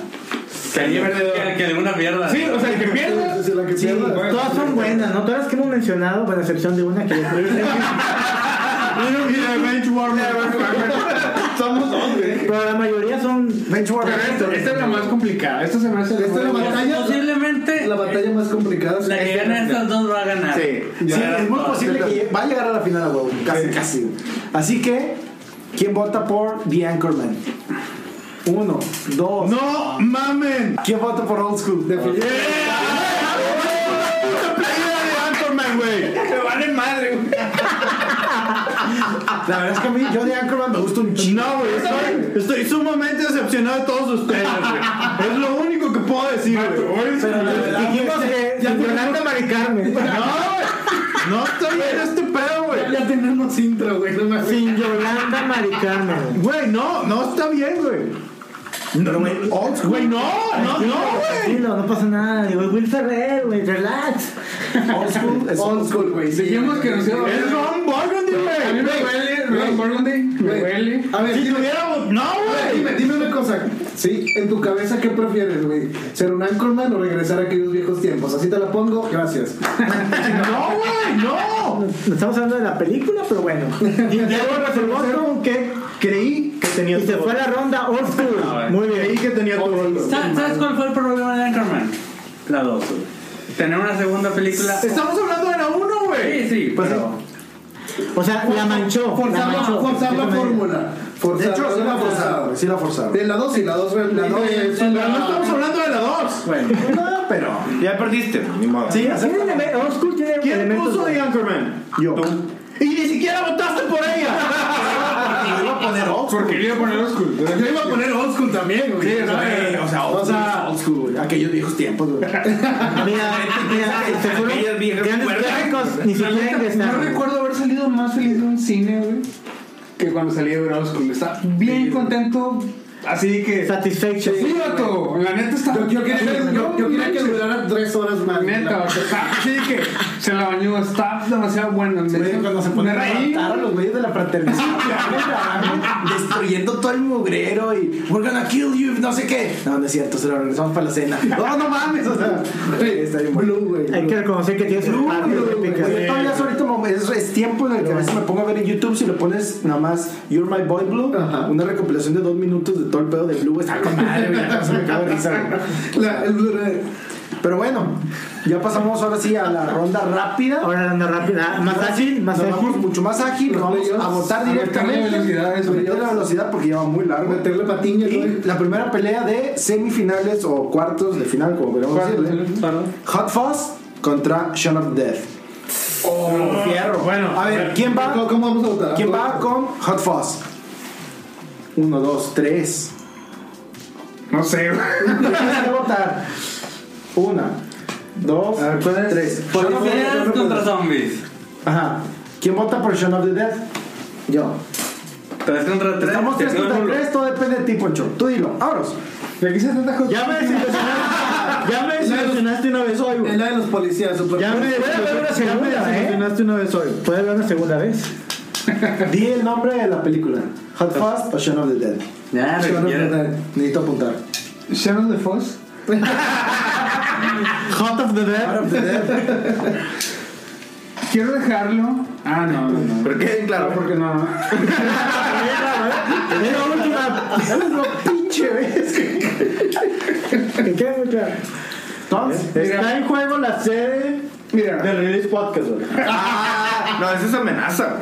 Que alguien-
perdedor.
que- que alguna mierda.
Sí, o sea, el que pierda.
Es la que
Sí,
pierda.
pues, todas son buenas, ¿no? Todas las que hemos mencionado, con excepción de una que
Y la Bench
Somos dos, güey.
Pero la mayoría son.
Esta, esta es la más complicada. Esta se me hace.
Esta es la
más-
batalla.
Pues, Posiblemente
La batalla más complicada es
la que gana estas dos va a ganar.
Sí.
Sí,
Ya,
es muy
no,
posible que llegue- va a llegar a la final, a huevo. Casi, casi. güey. Así que, ¿quién vota por The Anchorman? Uno, dos.
¡No mamen!
¿Quién vota por Old School?
Me vale madre, güey.
La verdad es que a mí, yo de Anchorman me gusta un chingo.
No, güey, estoy, estoy sumamente decepcionado de todos ustedes, güey. Es lo único que puedo decir, güey.
Dijimos que. Ya Yolanda Mari Carmen.
No estoy en este pedo, güey.
Ya tenemos intro, güey. No me
Sin Yolanda Mari Carmen.
Güey, no, no está bien, güey. Oh,
Pero, güey, Old School.
Güey, no, no, no, güey.
Tranquilo, no pasa nada. Digo, Will Ferrer, güey, relax.
Old School es
Old school, güey. sí.
Dijimos que nos iba Es Ron Burgundy, güey. A mí me huele, Ron Burgundy. Me huele.
A ver,
Si
dime,
tuviéramos. No, güey.
dime, dime una cosa. Sí, en tu cabeza, ¿qué prefieres, güey? ¿Ser un anchorman o regresar a aquellos viejos tiempos? Así te la pongo, gracias.
No, güey, no.
No estamos hablando de la película, pero bueno.
Y Diego resolvió con que creí que tenía
Y se
todo.
fue la ronda old school. Muy bien.
Creí que tenía todo.
¿Sa- ¿Sabes cuál fue el problema de Anchorman? La 2. Tener una segunda película.
Estamos hablando de la 1, güey.
Sí, sí.
Pues,
pero-
O sea, la manchó.
Forzar
la
la,
manchó.
forzar la
Exactamente.
fórmula.
De
Forzar,
hecho, sí la forzaron. güey, Sí la forzaron.
De la 2 y la 2, la 2 es
Pero no estamos hablando de la 2.
No, pero.
Ya perdiste, ni modo.
Sí,
Tiene
acepta.
eleme- Old school tiene
¿Quién
elementos.
puso de Anchorman?
Yo.
Y ni siquiera votaste por ella.
Yo iba a poner Old School.
Porque yo iba a poner Oscul. Yo iba a poner Oscul también, güey. Sí,
Güey, O sea, Old School es Old School, güey. Aquellos viejos tiempos, güey.
Mira, mira, se fueron
Aquellas viejas
grandes
puertas.
clásicos, ni
La
siquiera
neta, No
ingresaron.
recuerdo haber salido más feliz de un cine, güey, que cuando salí de Bravo School. Está bien contento, así que.
Satisfecho.
Sí, vato, la neta está.
Yo, yo quería, yo, yo quería que durara 3 horas más.
Neta, vato, está- así que se la bañó, está demasiado bueno.
Güey, cuando se
me
ponen a
reí.
matar a los güeyes de la fraternidad, güey, destruyendo todo el mugrero y we're gonna kill you, no sé qué. No, no es cierto, se lo regresamos para la cena. No, no mames, o sea, güey, está bien bueno.
Blue, güey.
Hay que reconocer que tiene sus
Blue,
partes
güey,
épicas.
Yo todavía es ahorita mom- es, es tiempo en el que a veces me pongo a ver en YouTube si le pones nada más You're My Boy Blue,
Ajá.
una recopilación de dos minutos de todo el pedo de Blue, está con madre, güey, ya se me cago de risa. güey.
La, el,
Pero bueno, ya pasamos ahora sí a la ronda rápida.
Ahora la anda rápida. Más ágil, más
Nos vamos
ágil.
mucho más ágil, nos vamos a votar
meterle
directamente.
velocidad, eso.
A meterle la velocidad porque ya va muy largo.
meterle patiño,
Y
güey.
la primera pelea de semifinales o cuartos de final, como queremos decirle. Hot Fuzz contra Shaun of Death. Oh, fierro. Bueno, a ver, ¿quién
¿Cómo,
va?
cómo vamos a votar?
¿Quién va con Hot Fuzz? Uno, dos, tres.
No sé, güey.
Tienes que votar. Una, dos,
A ver, ¿cuál es?
tres. Shaun of the Dead.
Policías contra zombies.
Ajá. ¿Quién vota por Shaun of the Death?
Yo.
3 contra 3.
Estamos 3 contra 3, todo depende de ti, Poncho. Tú dilo, vámonos.
¿De aquí se trata Hot
Ya me desilusionaste. Ya me desilusionaste una vez hoy,
Es
güey.
la de los policías, super.
Ya me ya me
¿eh?
desilusionaste una vez hoy. Puede haber una segunda vez.
Di el nombre de la película: Hot Fuzz o Shaun of the Dead.
Ya,
Shaun of the
requiere.
Dead.
Necesito apuntar.
Shadow the Foss.
Hot of the Dead.
Shaun of the Dead.
Quiero dejarlo. Ah, no, no, no.
¿Por qué?
Claro,
Claro.
porque no.
Es la última.
Pinche vez.
Que quede muy claro.
Entonces,
Está en juego la sede
Mira,
Del Release Podcast, güey.
No, eso es amenaza.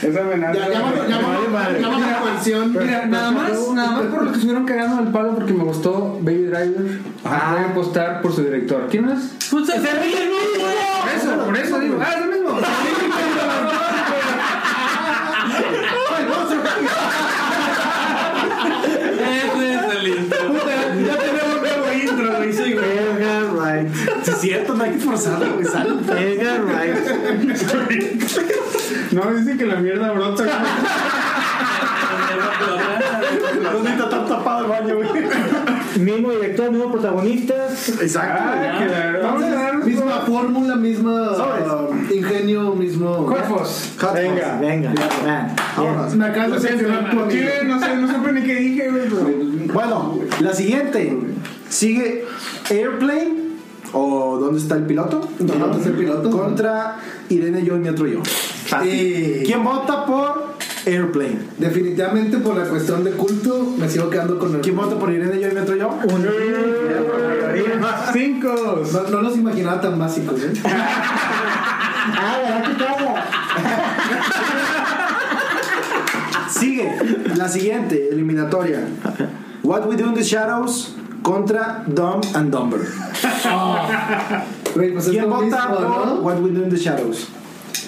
esa amenaza.
Ya, llámame, llámame, llámame a la cohesión.
Mira, nada más, nada más por lo que estuvieron cagando el palo porque me gustó Baby Driver.
Ah.
Voy a apostar por su director. ¿Quién es?
Pues es el mismo.
Por eso, por eso digo. Ah, es lo mismo.
Ese es el
Wright.
Sí, es cierto, no hay que forzarlo, güey. Sale.
Edgar Wright.
No, dicen que la mierda brota.
No necesita tan tapado el baño, güey.
Mismo director, mismo protagonista.
Exacto.
Ah, claro. Vamos a dar un
Misma fórmula, misma
¿Sabes?
um, ingenio, mismo.
Corfos.
Hot
Venga, venga. Ah,
Vámonos.
Me acabas de censurar tu amigo. No sé, no supe ni qué dije, güey, pero-
Bueno, la siguiente. Sigue Airplane. ¿O dónde está el piloto?
¿Dónde está el piloto?
Contra Irene, yo y mi otro yo.
Y
¿Quién vota por Airplane?
definitivamente por la cuestión de culto, me sigo quedando con el.
¿Quién vota por Irene, yo y mi otro yo?
Cinco.
Ah, No, no los imaginaba tan básicos, ¿eh?
Ah, ¿verdad que todo?
Sigue la siguiente eliminatoria. What We Do in the Shadows contra Dumb and Dumber.
Güey, pues es
¿Quién
lo
vota
mismo,
por What We Do in the Shadows?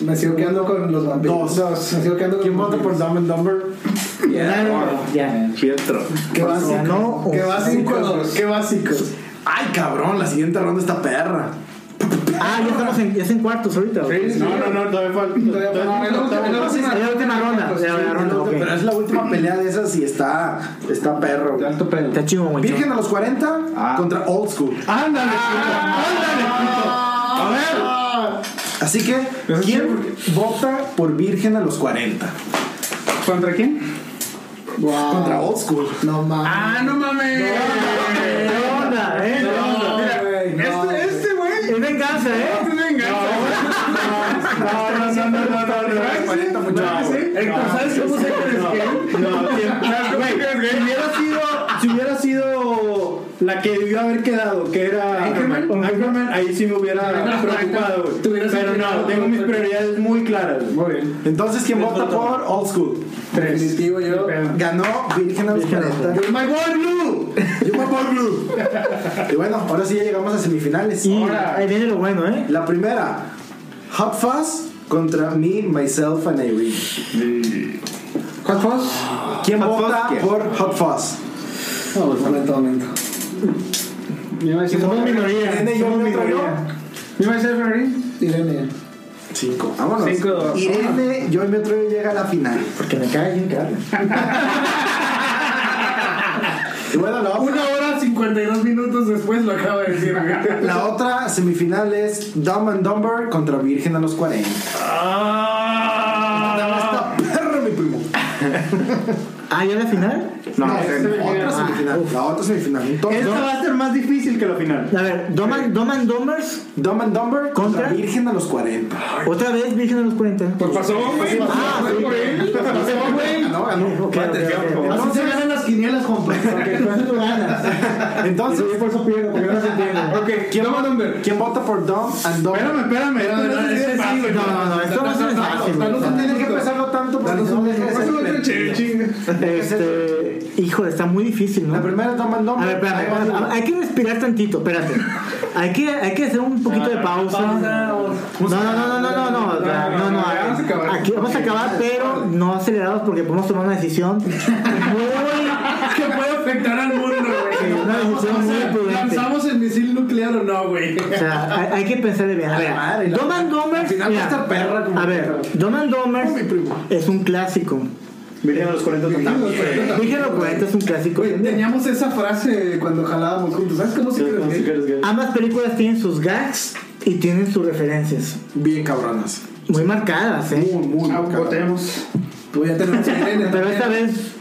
¿no? Me sigo quedando con los vampiros.
Dos. Dos.
Me sigo quedando con
¿Quién
los
vota por
vampiros.
Dumb and Dumber?
Ya.
Pietro.
Qué básico.
Ganó
Qué
un-
básicos. Qué básicos.
Ay, cabrón, la siguiente ronda está perra.
Ah, ya estamos en, ya es en cuartos ahorita. güey.
No, no, no, todavía falta.
No, es la última- es la última-
Es la última
Ah,
ronda.
pues,
La, la ronda, ok.
Pero es la última pelea de esas y está, está perro. güey.
Está chido, güey.
Virgen a los 40
Ah.
contra Old School.
Ándale, puto. Ándale, puto. A ver.
Así que, ¿quién vota por Virgen a los 40?
¿Contra quién?
Wow.
Contra Old School.
No mames.
Ah, no mames.
¿Qué onda, eh?
Mira,
no.
este, este, güey.
Es venganza, eh.
Este es venganza.
No, no, no, no, no, no.
este, No, sí. Héctor, ¿sabes cómo se crees
No, siempre- güey, si hubiera sido, si hubiera sido la que debió haber quedado, que era
Anchorman.
Anchorman, ahí sí me hubiera preocupado, güey.
Tuvieras
Pero no,
enterado,
tengo mis
¿no?
prioridades muy claras. güey.
Muy bien.
Entonces, ¿quién vota por Old School?
Definitivo yo.
Ganó Virgen a los 40.
You're my boy, Blue.
Yo me voy blue. Y bueno, ahora sí ya llegamos a semifinales.
Y ahí viene lo bueno, eh.
La primera, Hot Fuzz contra Me, Myself and Irene.
¿Cuál fos?
¿Quién
Hot Fuzz,
vota
¿quién?
por Hot Fuzz?
No, por momento, momento.
Yo me decía.
Somos minoría.
Irene, yo,
Somos
me otro yo.
minoría.
Yo me decía Ferrari.
Irene.
Cinco. Vámonos.
Cinco.
Irene, yo y mi otro yo llega a la final.
Porque me cae bien, Carlos.
Y bueno, la otra,
Una hora 52 minutos después lo acaba de decir.
la otra semifinal es Dumb and Dumber contra Virgen a los 40. Ah. Está perro, mi primo.
Ah, ¿ya la final?
No, otra semifinal. La otra semifinal. Entonces,
Esta va a ser más difícil que la final.
A ver, Doman, Doman Domers,
Dumb and Dumber contra,
¿Contra?
Virgen a los 40.
otra vez Virgen de los 40.
Pues pasó, güey.
Ah, sí,
Pasó, güey.
No, ganó.
Ok, ok, ok.
Así se ganan las quinielas, compa.
Entonces,
Yo por eso pierdo, porque no se entiende.
Ok, ¿quién va a nombre?
¿quién vota por Dumb and Dumber?
Espérame, espérame.
No, no, ese es fácil,
No, no, no, esto no es fácil. güey.
No tiene que empezarlo tanto porque
Danos
no
un
deja de ser
ejemplo.
Pasó otro
divertido.
chévere, chinga.
Este, híjole, está muy difícil, ¿no?
La primera es Dumb and Dumber.
A ver, espérame,
Ahí va, ahí
espérame, hay que respirar tantito, espérate. Hay que, hay que hacer un poquito de pausa. No, no, no, no, no, no, no, o sea,
no,
no,
no,
no,
ya vamos a acabar.
Aquí vamos a acabar, pero no acelerados porque podemos tomar una decisión muy,
Que puede afectar al mundo, güey.
una decisión muy prudente.
¿Lanzamos el misil nuclear o no, güey?
O sea, hay, hay que pensar bien. A
madre,
ver,
la-
Dom and Domers.
al final va a
mira,
estar perra como
A ver,
quiera.
Dom and Domers es un clásico.
Virgen a los 40 también.
Virgen lo cuenta, es un clásico.
Güey, teníamos esa frase cuando jalábamos juntos. ¿Sabes cómo se
No sé qué
cree?
eres gay.
Ambas películas tienen sus gags y tienen sus referencias.
va. Bien cabronas. Ah,
Muy marcadas, ¿eh?
Muy, muy
Ah,
cabronas.
Tú ya tenemos a Irene.
Pero esta vez,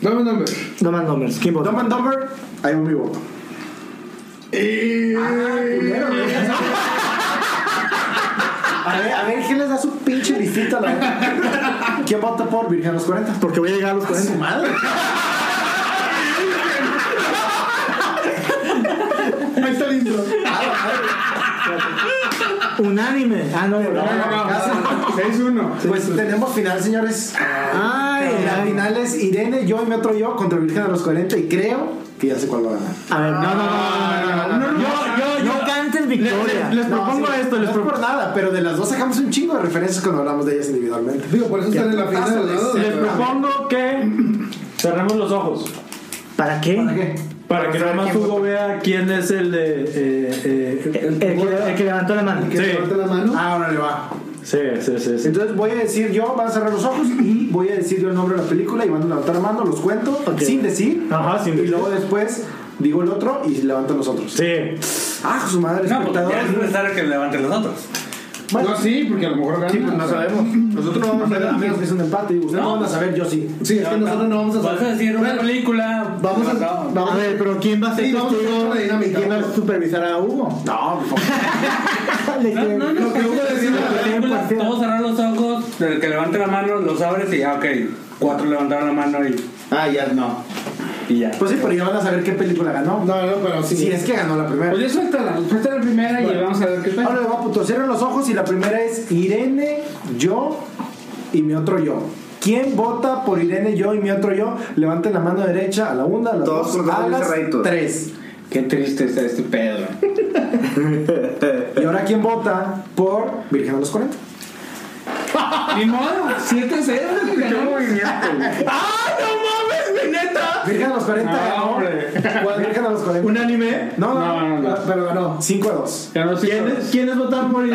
Dame un nombre.
Dom and Domers. ¿Quién vota?
Dumb and Dumber, ahí va mi voto. A ver, a ver, ¿quién les da su pinche listita a la otra? ¿Quién vota por Virgen a los 40?
Porque voy a llegar a los 40.
madre.
Ahí está el intro.
Ah,
Unánime. Ah, no, no, no.
Seis uno.
Pues tenemos final, señores.
Ay,
La
ay.
final es Irene, yo y mi otro yo contra Virgen a los 40 y creo que ya sé cuál va a ganar.
A ver, no, no, no, no, no, no, no. Yo, yo, yo cantes victoria.
Les propongo
sí,
esto, les
no es
propongo.
por nada, pero de las dos sacamos un chingo de referencias cuando hablamos de ellas individualmente.
Digo, por eso están en la final.
pasa,
¿no?
Les propongo que cerremos los ojos.
¿Para qué?
¿Para qué?
Para que nada más Hugo vea quién es el de. eh, eh,
El, que, el que levantó la mano.
Que
Sí.
levanta la mano.
Ah, órale, va.
sí, sí, sí. sí.
Entonces voy a decir yo, van a cerrar los ojos y voy a decir yo el nombre de la película y van a levantar la mano, los cuento, sin decir.
Ajá, sin
Y
decir.
luego después digo el otro y levantan los otros.
Sí.
Ah, su
No,
madre,
pues ya
espectadores.
es necesario que levanten los otros.
Bueno.
No, sí, porque a lo mejor
Sí, pues
ganan.
no sabemos. Nosotros no vamos a ver.
A menos que es un empate, y ustedes no
No.
van a saber, yo sí.
Sí, es que nosotros no vamos a
Vas a
saber.
decir una
Bueno,
película.
Vamos a.
basado-
Vamos
A ver, pero ¿quién va a ser
Sí, vamos a hacer
testigo?
una dinámica.
¿Quién va a supervisar a Hugo?
No, por favor.
Le
No,
quiero-
no, no.
Lo que Hugo decía,
La película, todos cerrar los ojos, el que levante la mano, los abres y ya, ok. Cuatro levantaron la mano y,
Ah, ya no.
y ya.
Pues sí, pero ya van a saber qué película ganó. No,
No, no, pero sí.
si es que ganó la primera.
Pues ya suéltala, suéltala primera y vamos a ver qué tal.
pues.
Ahora le va puto, cierren los ojos y la primera es Irene, yo y mi otro yo. ¿Quién vota por Irene, yo y mi otro yo? Levanten la mano derecha a la una, a las
Todos
dos,
con los
a
ojos
las
cerraditos.
tres.
Qué triste está este pedo.
Y ahora, ¿quién vota por Virgen de los 40?
Ni modo, 7-0. Qué movimiento.
Virgen de los 40
No,
ganó.
hombre.
¿Cuál Virgen de los 40?
¿Un anime?
No, no,
No, no, no.
pero ganó. 5 a 2.
Ganó cinco
¿Quién-
horas.
¿Quiénes votaron por el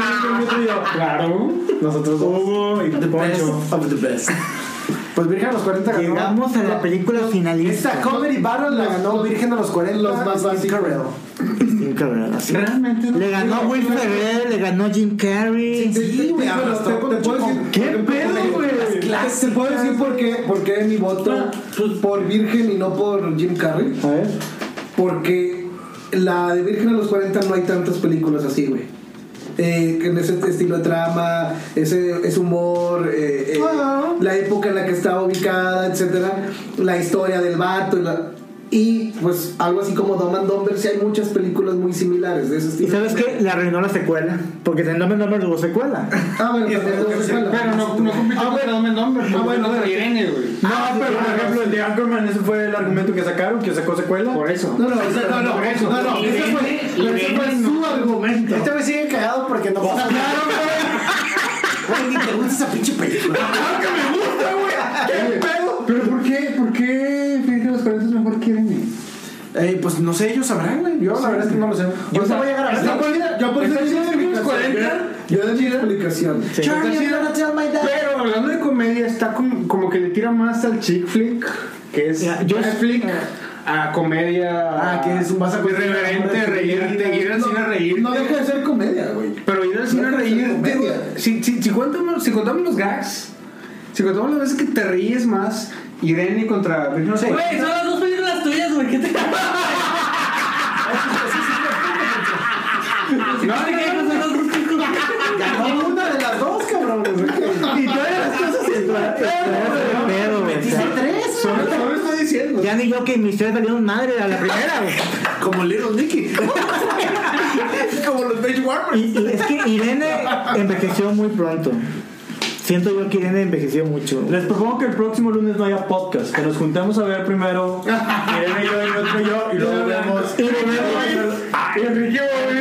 Claro.
Nosotros dos.
Hugo y Poncho.
Best of the best. Pues Virgen de los 40 ganó.
Llegamos a la película
Esta
finalista.
Comedy Battle la ganó Virgen de los 40.
Los más
Steve
básicos.
Carell.
Sí, cabrón, así.
Realmente.
Le ganó Will Ferrell, le ganó Jim Carrey.
Sí, güey, arrastró
te- te
con
puedo decir-
Chico.
¿Qué pedo, güey?
Te puedo decir por qué, por qué mi voto por Virgen y no por Jim Carrey.
A ver.
Porque la de Virgen a los 40 no hay tantas películas así, güey. Eh, que en ese estilo de trama, ese, ese humor, eh, eh,
Ah.
la época en la que estaba ubicada, etcétera, la historia del vato y, la- y, pues algo así como Dom and Dumber, sí hay muchas películas muy similares de ese
¿Y
estilo.
sabes qué? Le arruinó la secuela. Porque el nombre no me tuvo secuela.
Ah, bueno, también de esa escuela.
Pero no, no compitió
Ah,
con
bueno,
Dame nombre.
Ah, bueno,
no
pero-
Irene, güey.
No, pero por ejemplo, el de Anchorman, ese fue el argumento que sacaron, que sacó secuela.
Por eso.
No, no, o sea, no, no,
Por eso.
no, no, ese fue, pero ese fue su argumento.
Este me sigue cagado porque no pasa nada. Güey, ni te gusta esa pinche película.
Pero ¿por qué? ¿Por qué Fíjate los 40 es mejor que Irene?
Eh, pues no sé, ellos sabrán, güey. Yo la verdad es que no lo sé. Yo
O
te
sea,
voy a
¿está
agarrar.
cuál-
Yo por eso
¿Está
dije
chido Virgen a los 40?
Yo decía la explicación.
Está chido. Pero hablando de comedia, está como, como que le tira más al chick flick, que es
Ya, yo-
yo flick, a comedia.
Ah, que es un- vas a comer-
irreverente, reírte, ir al cine a reírte.
No deja de ser comedia, güey.
Pero ir al cine a
deja de ser
reírte, güey.
comedia.
Si, si, si, contamos, si contamos los gags, si contamos las veces que te ríes más, Irene contra.
pues,
No sé.
Güey, son las dos películas tuyas, güey. ¿Qué te
Ah,
No, no, no, no, no.
No, una de las dos, cabrón.
Y todas las cosas extra- extra- pero, güey, o sea,
Solo solo estoy diciendo.
Ya ni yo que mis tres valieron madre a la primera, güey.
Como Little Nicky. Como los Page Warmers.
Y, y es que Irene envejeció muy pronto. Siento yo que Irene envejeció mucho.
Les propongo que el próximo lunes no haya podcast, que nos juntemos a ver primero Irene y yo y el otro yo y luego vemos.
Y lo vemos,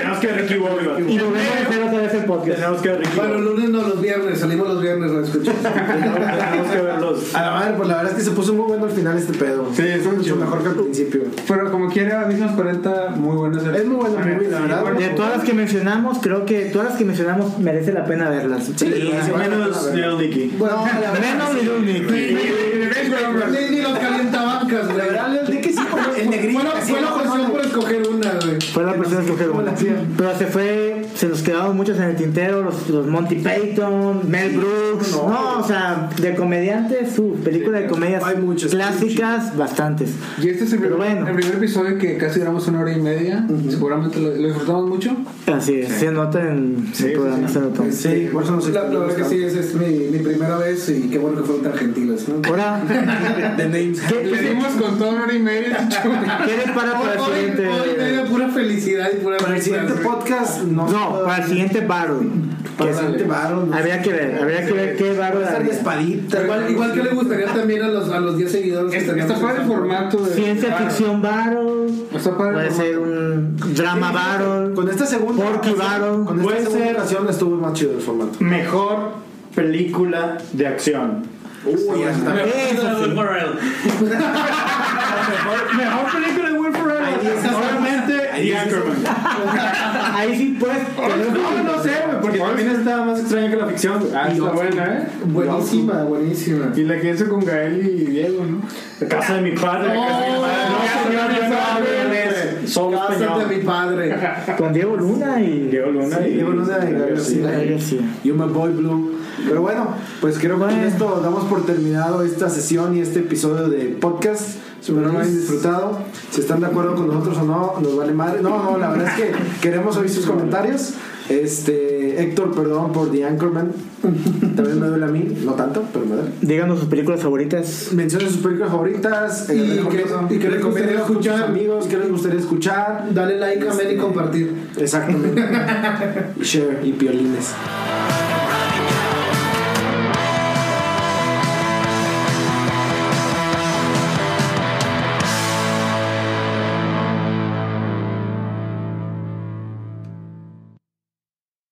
Tenemos que Ricky Bobby.
y lo vemos hacer otra vez el podcast.
Tenemos que Ricky
Bueno,
Bobby.
lunes no, los viernes, salimos los viernes, lo escuchas.
Tenemos que verlos.
A la madre, pues la verdad es que se puso muy bueno al final este pedo.
Sí, es
mucho mejor que al principio.
Pero como quiera, Virgen a los 40, muy buenas.
Es muy bueno, muy bien, la verdad.
De todas las que mencionamos, creo que todas las que mencionamos merece la pena verlas.
Sí,
Y Menos Little Nicky.
Bueno, la
Menos Little Nick.
verdad, ni, ni los calientabancas, güey.
Little Nicky sí, como el negrito.
Bueno, fue la cuestión por escoger una, güey.
Fue la persona que escogió. Pero se fue, se nos quedaron muchos en el tintero, los, los Monty Python, Mel Brooks. No, o sea, de comediantes, su película de comedias
hay muchos,
clásicas, bastantes.
Y este es el
Pero
primer,
bueno.
el primer episodio que casi duramos una hora y media. Seguramente lo, lo disfrutamos mucho.
Así es, se nota en el programa, se notó.
Sí, por eso no sé.
La, la verdad que sí, esa es mi, mi primera vez y qué bueno que fueron tan gentiles, ¿no?
Ahora,
The names.
Le dimos con toda una hora y media.
¿qué les para para el siguiente?
hoy me dio pura felicidad y pura
Para el siguiente
felicidad, güey.
podcast, no.
No, para el siguiente battle.
Para el siguiente varón.
Habría que ver, habría que ver qué battle
Estar de
haría.
espadita.
Igual, igual que le gustaría también a los, a los 10 seguidores. que
Este,
tenemos
está padre el
en Instagram.
formato de.
Ciencia
Ah,
ficción battle,
Está padre.
puede
el
ser
formato.
un drama battle.
Con esta segunda.
Porky Barrel.
Con esta
Puede
segunda
ser-
ocasión estuvo más chido el formato.
Mejor película de acción.
Uy,
Mejor película de Will
Batman Forever. Obviamente, The Anchorman.
Ahí sí, pues.
No, no sé, güey, porque también está más extraña que la ficción. güey.
Ah, está buena, ¿eh?
Buenísima, buenísima.
Y la que hizo con Gael y Diego, ¿no?
La casa de mi padre. la casa de mi padre.
no,
No, señor, yo
señor,
no
no,
hablo
hombre.
inglés. Solo
Casa de
español.
mi padre.
Con Diego Luna y.
Diego Luna y...
Diego Luna y Gabriel
Sí,
García.
sí.
Yo me voy blue. Pero bueno, pues creo que con esto damos por terminado esta sesión y este episodio de podcast. Espero lo hayan disfrutado. Si están de acuerdo con nosotros o no, nos vale madre. No, no, la verdad es que queremos oír sus comentarios. Este, Héctor, perdón por The Anchorman. También me duele a mí, no tanto, pero me duele.
Díganos sus películas favoritas.
Mencionen sus películas favoritas. eh,
Y
recomiendan-
que- y que les
recomiendan
gustaría
con sus
escuchar.
amigos, que les gustaría escuchar.
Dale like, amén y compartir.
Exactamente. Share y piolines.